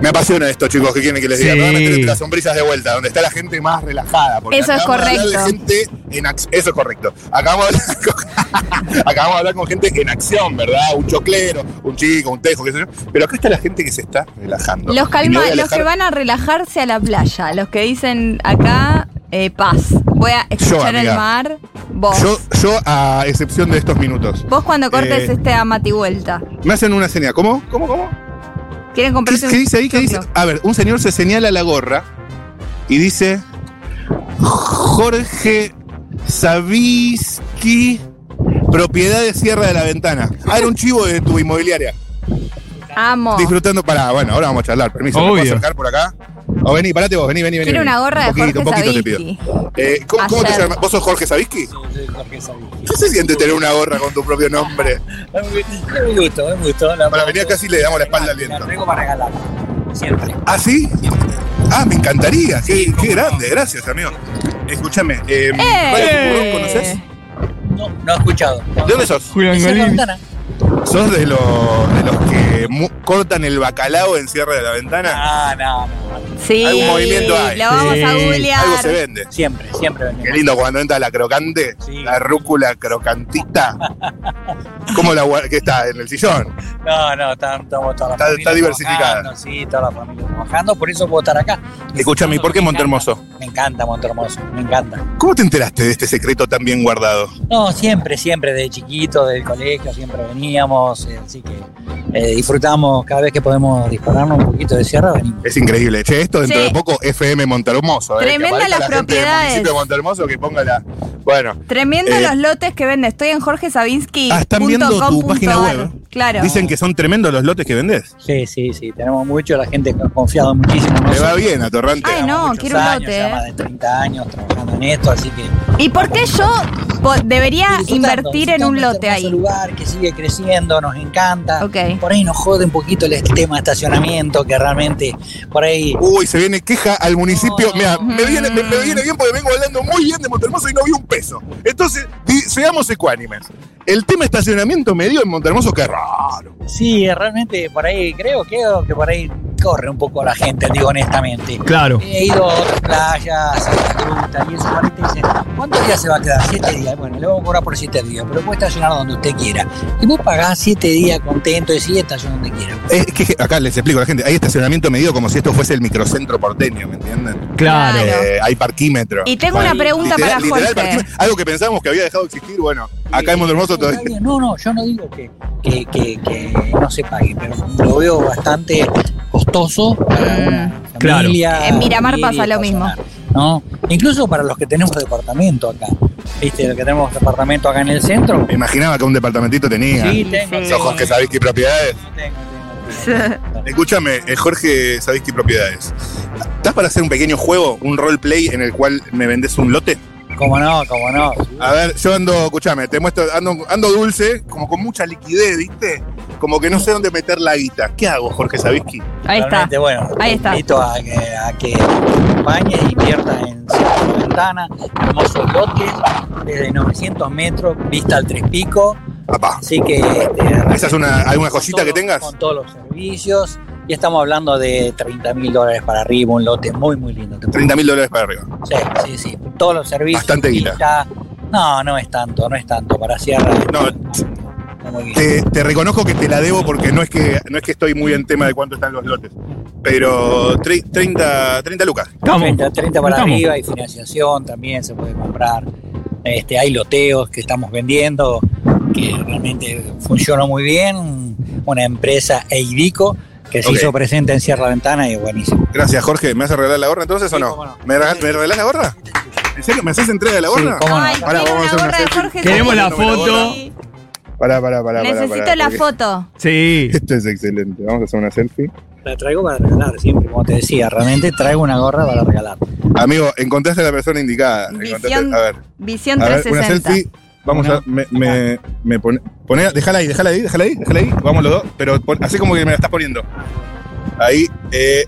[SPEAKER 3] Me apasiona esto, chicos. ¿Qué quieren que les diga?
[SPEAKER 4] Sí.
[SPEAKER 3] Pero ahora tenés las sombrillas de vuelta, donde está la gente más relajada. porque
[SPEAKER 2] Eso es
[SPEAKER 3] acabamos de hablar de
[SPEAKER 2] correcto.
[SPEAKER 3] gente en ac- Eso es correcto. Acabamos de, hablar con... acabamos de hablar con gente en acción, ¿verdad? Un choclero, un chico, un tejo, qué sé yo. Pero acá está la gente que se está relajando.
[SPEAKER 2] Los,
[SPEAKER 3] Y me
[SPEAKER 2] calma,
[SPEAKER 3] voy a
[SPEAKER 2] los que
[SPEAKER 3] alejar-
[SPEAKER 2] van a relajarse a la playa, los que dicen acá eh, paz. Voy a escuchar
[SPEAKER 3] amiga.
[SPEAKER 2] el mar. Vos.
[SPEAKER 3] Yo, yo, a excepción de estos minutos,
[SPEAKER 2] Vos cuando cortes
[SPEAKER 3] Eh.
[SPEAKER 2] este a Mati vuelta.
[SPEAKER 3] me hacen una señal. ¿Cómo? ¿Cómo? ¿Cómo?
[SPEAKER 2] ¿Quieren
[SPEAKER 3] ¿Qué,
[SPEAKER 2] comprarse
[SPEAKER 3] qué
[SPEAKER 2] un
[SPEAKER 3] dice ahí? ¿Qué dice?
[SPEAKER 2] choclo?
[SPEAKER 3] A ver, un señor se señala la gorra y dice Jorge Savisky, propiedad de Sierra de la Ventana. Ah, era un chivo de tu inmobiliaria.
[SPEAKER 2] Amo.
[SPEAKER 3] Disfrutando para. Bueno, ahora vamos a charlar. Permiso, ¿me puedo
[SPEAKER 4] Obvio.
[SPEAKER 3] acercar por acá? O vení, parate vos, vení, vení, vení.
[SPEAKER 2] Quiero
[SPEAKER 3] vení.
[SPEAKER 2] una gorra de
[SPEAKER 3] poquito,
[SPEAKER 2] Jorge
[SPEAKER 3] poquito te pido.
[SPEAKER 2] Savinsky.
[SPEAKER 3] Eh, ¿cómo, cómo te
[SPEAKER 2] Ayer.
[SPEAKER 3] llamas? ¿Vos sos Jorge Savisky? ¿Qué se siente tener una gorra con tu propio nombre?
[SPEAKER 10] Es muy gusto, es muy gusto.
[SPEAKER 3] Para venir casi le damos la espalda al viento.
[SPEAKER 10] tengo para regalar. Siempre.
[SPEAKER 3] ¿Ah, sí? Ah, me encantaría. Qué,
[SPEAKER 10] Sí,
[SPEAKER 3] qué
[SPEAKER 10] cómo
[SPEAKER 3] grande, gracias, amigo. Escúchame, eh, Radio Futurock,
[SPEAKER 2] ¡Eh!
[SPEAKER 3] ¿conoces?
[SPEAKER 10] No, no he escuchado.
[SPEAKER 3] ¿De dónde sos?
[SPEAKER 4] Julián Golini.
[SPEAKER 3] ¿Sos de, los- de los que mu- cortan el bacalao en Sierra de la Ventana?
[SPEAKER 10] Ah, no, no.
[SPEAKER 2] Sí.
[SPEAKER 3] Algún movimiento hay.
[SPEAKER 2] Lo vamos a
[SPEAKER 4] Sí.
[SPEAKER 2] googlear.
[SPEAKER 3] Algo se vende.
[SPEAKER 10] Siempre, siempre
[SPEAKER 3] Qué
[SPEAKER 10] venimos.
[SPEAKER 3] lindo cuando entra la crocante,
[SPEAKER 10] Sí.
[SPEAKER 3] la rúcula crocantita. ¿Cómo la guar- que está en el sillón?
[SPEAKER 10] No, no, estamos toda la
[SPEAKER 3] Está-
[SPEAKER 10] familia
[SPEAKER 3] está diversificada.
[SPEAKER 10] trabajando, Sí, toda la familia trabajando, por eso puedo estar acá.
[SPEAKER 3] Escúchame, ¿y por qué Montermoso?
[SPEAKER 12] Me encanta Montermoso, me encanta.
[SPEAKER 3] ¿Cómo te enteraste de este secreto tan bien guardado?
[SPEAKER 12] No, siempre, siempre, desde chiquito, del colegio, siempre veníamos, eh, así que eh, disfrutamos cada vez que podemos dispararnos un poquito de sierra, venimos.
[SPEAKER 3] Es increíble. Che, esto dentro
[SPEAKER 2] Sí.
[SPEAKER 3] de poco FM Montermoso. eh, que
[SPEAKER 2] Tremenda
[SPEAKER 3] aparezca
[SPEAKER 2] las
[SPEAKER 3] la gente del
[SPEAKER 2] propiedades.
[SPEAKER 3] municipio de Montermoso que ponga la. Bueno.
[SPEAKER 2] Tremendo
[SPEAKER 3] Eh,
[SPEAKER 2] los lotes que vende. Estoy en Jorge Sabinsky.
[SPEAKER 3] Ah, están viendo tu página web.
[SPEAKER 2] Claro.
[SPEAKER 3] Dicen que son tremendos los lotes que vendés.
[SPEAKER 12] Sí, sí, sí, tenemos mucho, la gente ha confiado muchísimo. en
[SPEAKER 3] Te va
[SPEAKER 12] nosotros.
[SPEAKER 3] bien, Atorrante.
[SPEAKER 2] Ay, no,
[SPEAKER 12] Muchos
[SPEAKER 2] quiero un
[SPEAKER 12] años,
[SPEAKER 2] lote.
[SPEAKER 12] ya
[SPEAKER 2] eh.
[SPEAKER 12] más de 30 años trabajando en esto, así que
[SPEAKER 2] ¿Y por qué yo po- debería
[SPEAKER 12] disfrutando,
[SPEAKER 2] invertir en un
[SPEAKER 12] disfrutando
[SPEAKER 2] lote
[SPEAKER 12] este
[SPEAKER 2] ahí?
[SPEAKER 12] hermoso lugar que sigue creciendo, nos encanta.
[SPEAKER 2] Ok.
[SPEAKER 12] Por ahí nos jode un poquito el tema de estacionamiento, que realmente por ahí
[SPEAKER 3] Uy, se viene queja al municipio. Mira, me viene, me, me viene bien porque vengo hablando muy bien de Montermoso y no vi un peso. Entonces, di- seamos ecuánimes. El tema estacionamiento medio en Montermoso, qué raro.
[SPEAKER 12] Sí, realmente por ahí creo, creo que por ahí corre un poco la gente, digo honestamente.
[SPEAKER 4] Claro.
[SPEAKER 12] He ido a otras playas, a otras grutas, y eso por ahí te dicen, ¿cuántos días se va a quedar? Siete días. Bueno, le vamos a cobrar por siete días, pero puede estacionar donde usted quiera. Y vos pagás siete días contento y sí, estaciona donde quiera.
[SPEAKER 3] Es que que acá les explico a la gente, hay estacionamiento medido como si esto fuese el microcentro porteño, ¿me entienden?
[SPEAKER 4] Claro.
[SPEAKER 3] Eh, hay parquímetro.
[SPEAKER 2] Y tengo una pregunta para Jorge.
[SPEAKER 3] parquímetro. Algo que pensábamos que había dejado de existir, bueno, acá en Montermoso
[SPEAKER 12] Está
[SPEAKER 3] todavía.
[SPEAKER 12] bien, No, no, yo no digo que, que, que- que no se pague, pero lo veo bastante costoso para una
[SPEAKER 4] Claro.
[SPEAKER 12] familia.
[SPEAKER 2] En Miramar
[SPEAKER 12] familia y
[SPEAKER 2] pasa lo mismo.
[SPEAKER 12] ¿no? Incluso para los que tenemos departamento acá. ¿Viste? Los que tenemos departamento acá en el centro.
[SPEAKER 3] Me imaginaba que un departamentito tenía.
[SPEAKER 12] Sí, tengo.
[SPEAKER 3] Los
[SPEAKER 12] tengo,
[SPEAKER 3] Ojos que sabéis qué propiedades.
[SPEAKER 2] Sí.
[SPEAKER 3] Escúchame, eh, Jorge, sabéis qué propiedades. ¿Estás para hacer un pequeño juego, un roleplay en el cual me vendes un lote?
[SPEAKER 12] Como no, como no.
[SPEAKER 3] A ver, yo ando, escúchame, te muestro, ando, ando dulce, como con mucha liquidez, ¿viste? Como que no sé dónde meter la guita. ¿Qué hago, Jorge Sabisky?
[SPEAKER 2] Ahí está.
[SPEAKER 12] Realmente, bueno,
[SPEAKER 2] Ahí está.
[SPEAKER 12] te invito a que, a que acompañes e inviertas en Cerro Ventana, hermosos lotes, desde 900 metros, vista al Tres Pico. Así que. este,
[SPEAKER 3] ¿Esa es una, alguna
[SPEAKER 12] con
[SPEAKER 3] cosita que
[SPEAKER 12] todo-
[SPEAKER 3] tengas?
[SPEAKER 12] Con todos los servicios. Y estamos hablando de 30 mil dólares para arriba, un lote muy, muy lindo.
[SPEAKER 3] 30 mil dólares para arriba.
[SPEAKER 12] Sí, sí, sí. Todos los servicios.
[SPEAKER 3] Bastante guita.
[SPEAKER 12] vista. No, no es tanto, no es tanto. Para Sierra.
[SPEAKER 3] No,
[SPEAKER 12] está muy bien.
[SPEAKER 3] te, te reconozco que te la debo porque no es que, no es que estoy muy en tema de cuánto están los lotes. Pero tre- 30, 30 lucas.
[SPEAKER 4] Estamos.
[SPEAKER 12] 30, 30 para
[SPEAKER 4] Estamos.
[SPEAKER 12] arriba y financiación también se puede comprar. Este, hay loteos que estamos vendiendo que realmente funcionó muy bien. Una empresa Eidico que se
[SPEAKER 3] Ok.
[SPEAKER 12] hizo presente en Sierra Ventana y buenísimo.
[SPEAKER 3] Gracias, Jorge. ¿Me vas a regalar la gorra entonces o no? ¿Me, regal- me regalás la gorra? ¿En serio? ¿Me haces entrega de la
[SPEAKER 12] Sí,
[SPEAKER 3] gorra?
[SPEAKER 12] cómo no. Ay,
[SPEAKER 3] Pará,
[SPEAKER 2] quiero
[SPEAKER 3] vamos a
[SPEAKER 2] la
[SPEAKER 3] hacer una
[SPEAKER 2] gorra de
[SPEAKER 3] selfie.
[SPEAKER 2] Jorge
[SPEAKER 4] Queremos la
[SPEAKER 2] Sabinsky.
[SPEAKER 4] foto.
[SPEAKER 3] Pará, pará, pará. pará,
[SPEAKER 2] Necesito
[SPEAKER 3] pará,
[SPEAKER 2] la
[SPEAKER 3] porque
[SPEAKER 2] foto.
[SPEAKER 4] Sí.
[SPEAKER 3] Esto es excelente. Vamos a hacer una selfie.
[SPEAKER 12] La traigo para regalar siempre, como te decía. Realmente traigo una gorra para regalar.
[SPEAKER 3] Amigo, encontraste a la persona indicada. Encontraste-
[SPEAKER 2] Visión,
[SPEAKER 3] a ver,
[SPEAKER 2] visión
[SPEAKER 3] a ver, una
[SPEAKER 2] 360.
[SPEAKER 3] selfie. Vamos a. Me, me, me pone, poné- Déjala ahí, déjala ahí, déjala ahí, déjala ahí. Vamos los dos, pero pon- así como que me la estás poniendo. Ahí, eh,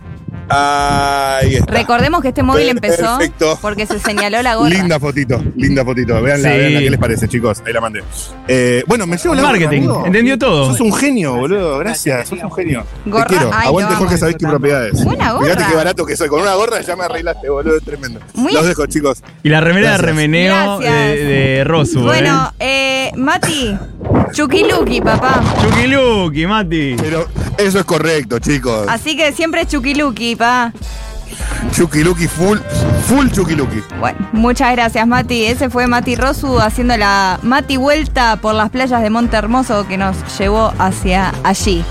[SPEAKER 3] ahí está.
[SPEAKER 2] Recordemos que este móvil empezó
[SPEAKER 3] Perfecto.
[SPEAKER 2] porque se señaló la gorra.
[SPEAKER 3] Linda fotito, linda fotito. Veanla,
[SPEAKER 4] Sí.
[SPEAKER 3] veanla, ¿qué les parece, chicos? Ahí la mandé. Eh, bueno, me llevo la gorra,
[SPEAKER 4] Marketing,
[SPEAKER 3] boludo.
[SPEAKER 4] entendió todo.
[SPEAKER 3] Sos un genio, boludo. Gracias, sos un genio.
[SPEAKER 2] Gorra,
[SPEAKER 3] Te quiero.
[SPEAKER 2] ay,
[SPEAKER 3] Aguante,
[SPEAKER 2] lo
[SPEAKER 3] Jorge,
[SPEAKER 2] amo.
[SPEAKER 3] sabés qué propiedades.
[SPEAKER 2] Buena gorra.
[SPEAKER 3] Fíjate qué barato que soy. Con una gorra ya me arreglaste, boludo. Es tremendo.
[SPEAKER 2] Muy-
[SPEAKER 3] Los dejo, chicos.
[SPEAKER 4] Y la remera
[SPEAKER 3] Gracias.
[SPEAKER 4] de remeneo de,
[SPEAKER 2] Gracias.
[SPEAKER 4] de Rosu.
[SPEAKER 2] Bueno, eh, Mati, Chuquiluki, papá.
[SPEAKER 4] ¿eh? Chuquiluki, Mati.
[SPEAKER 3] Pero eso es correcto, chicos.
[SPEAKER 2] Así que siempre Chuquiluki, pa.
[SPEAKER 3] Chukiluki full, full Chukiluki.
[SPEAKER 2] Bueno, muchas gracias, Mati. Ese fue Mati Rosu haciendo la Mati vuelta por las playas de Monte Hermoso que nos llevó hacia allí.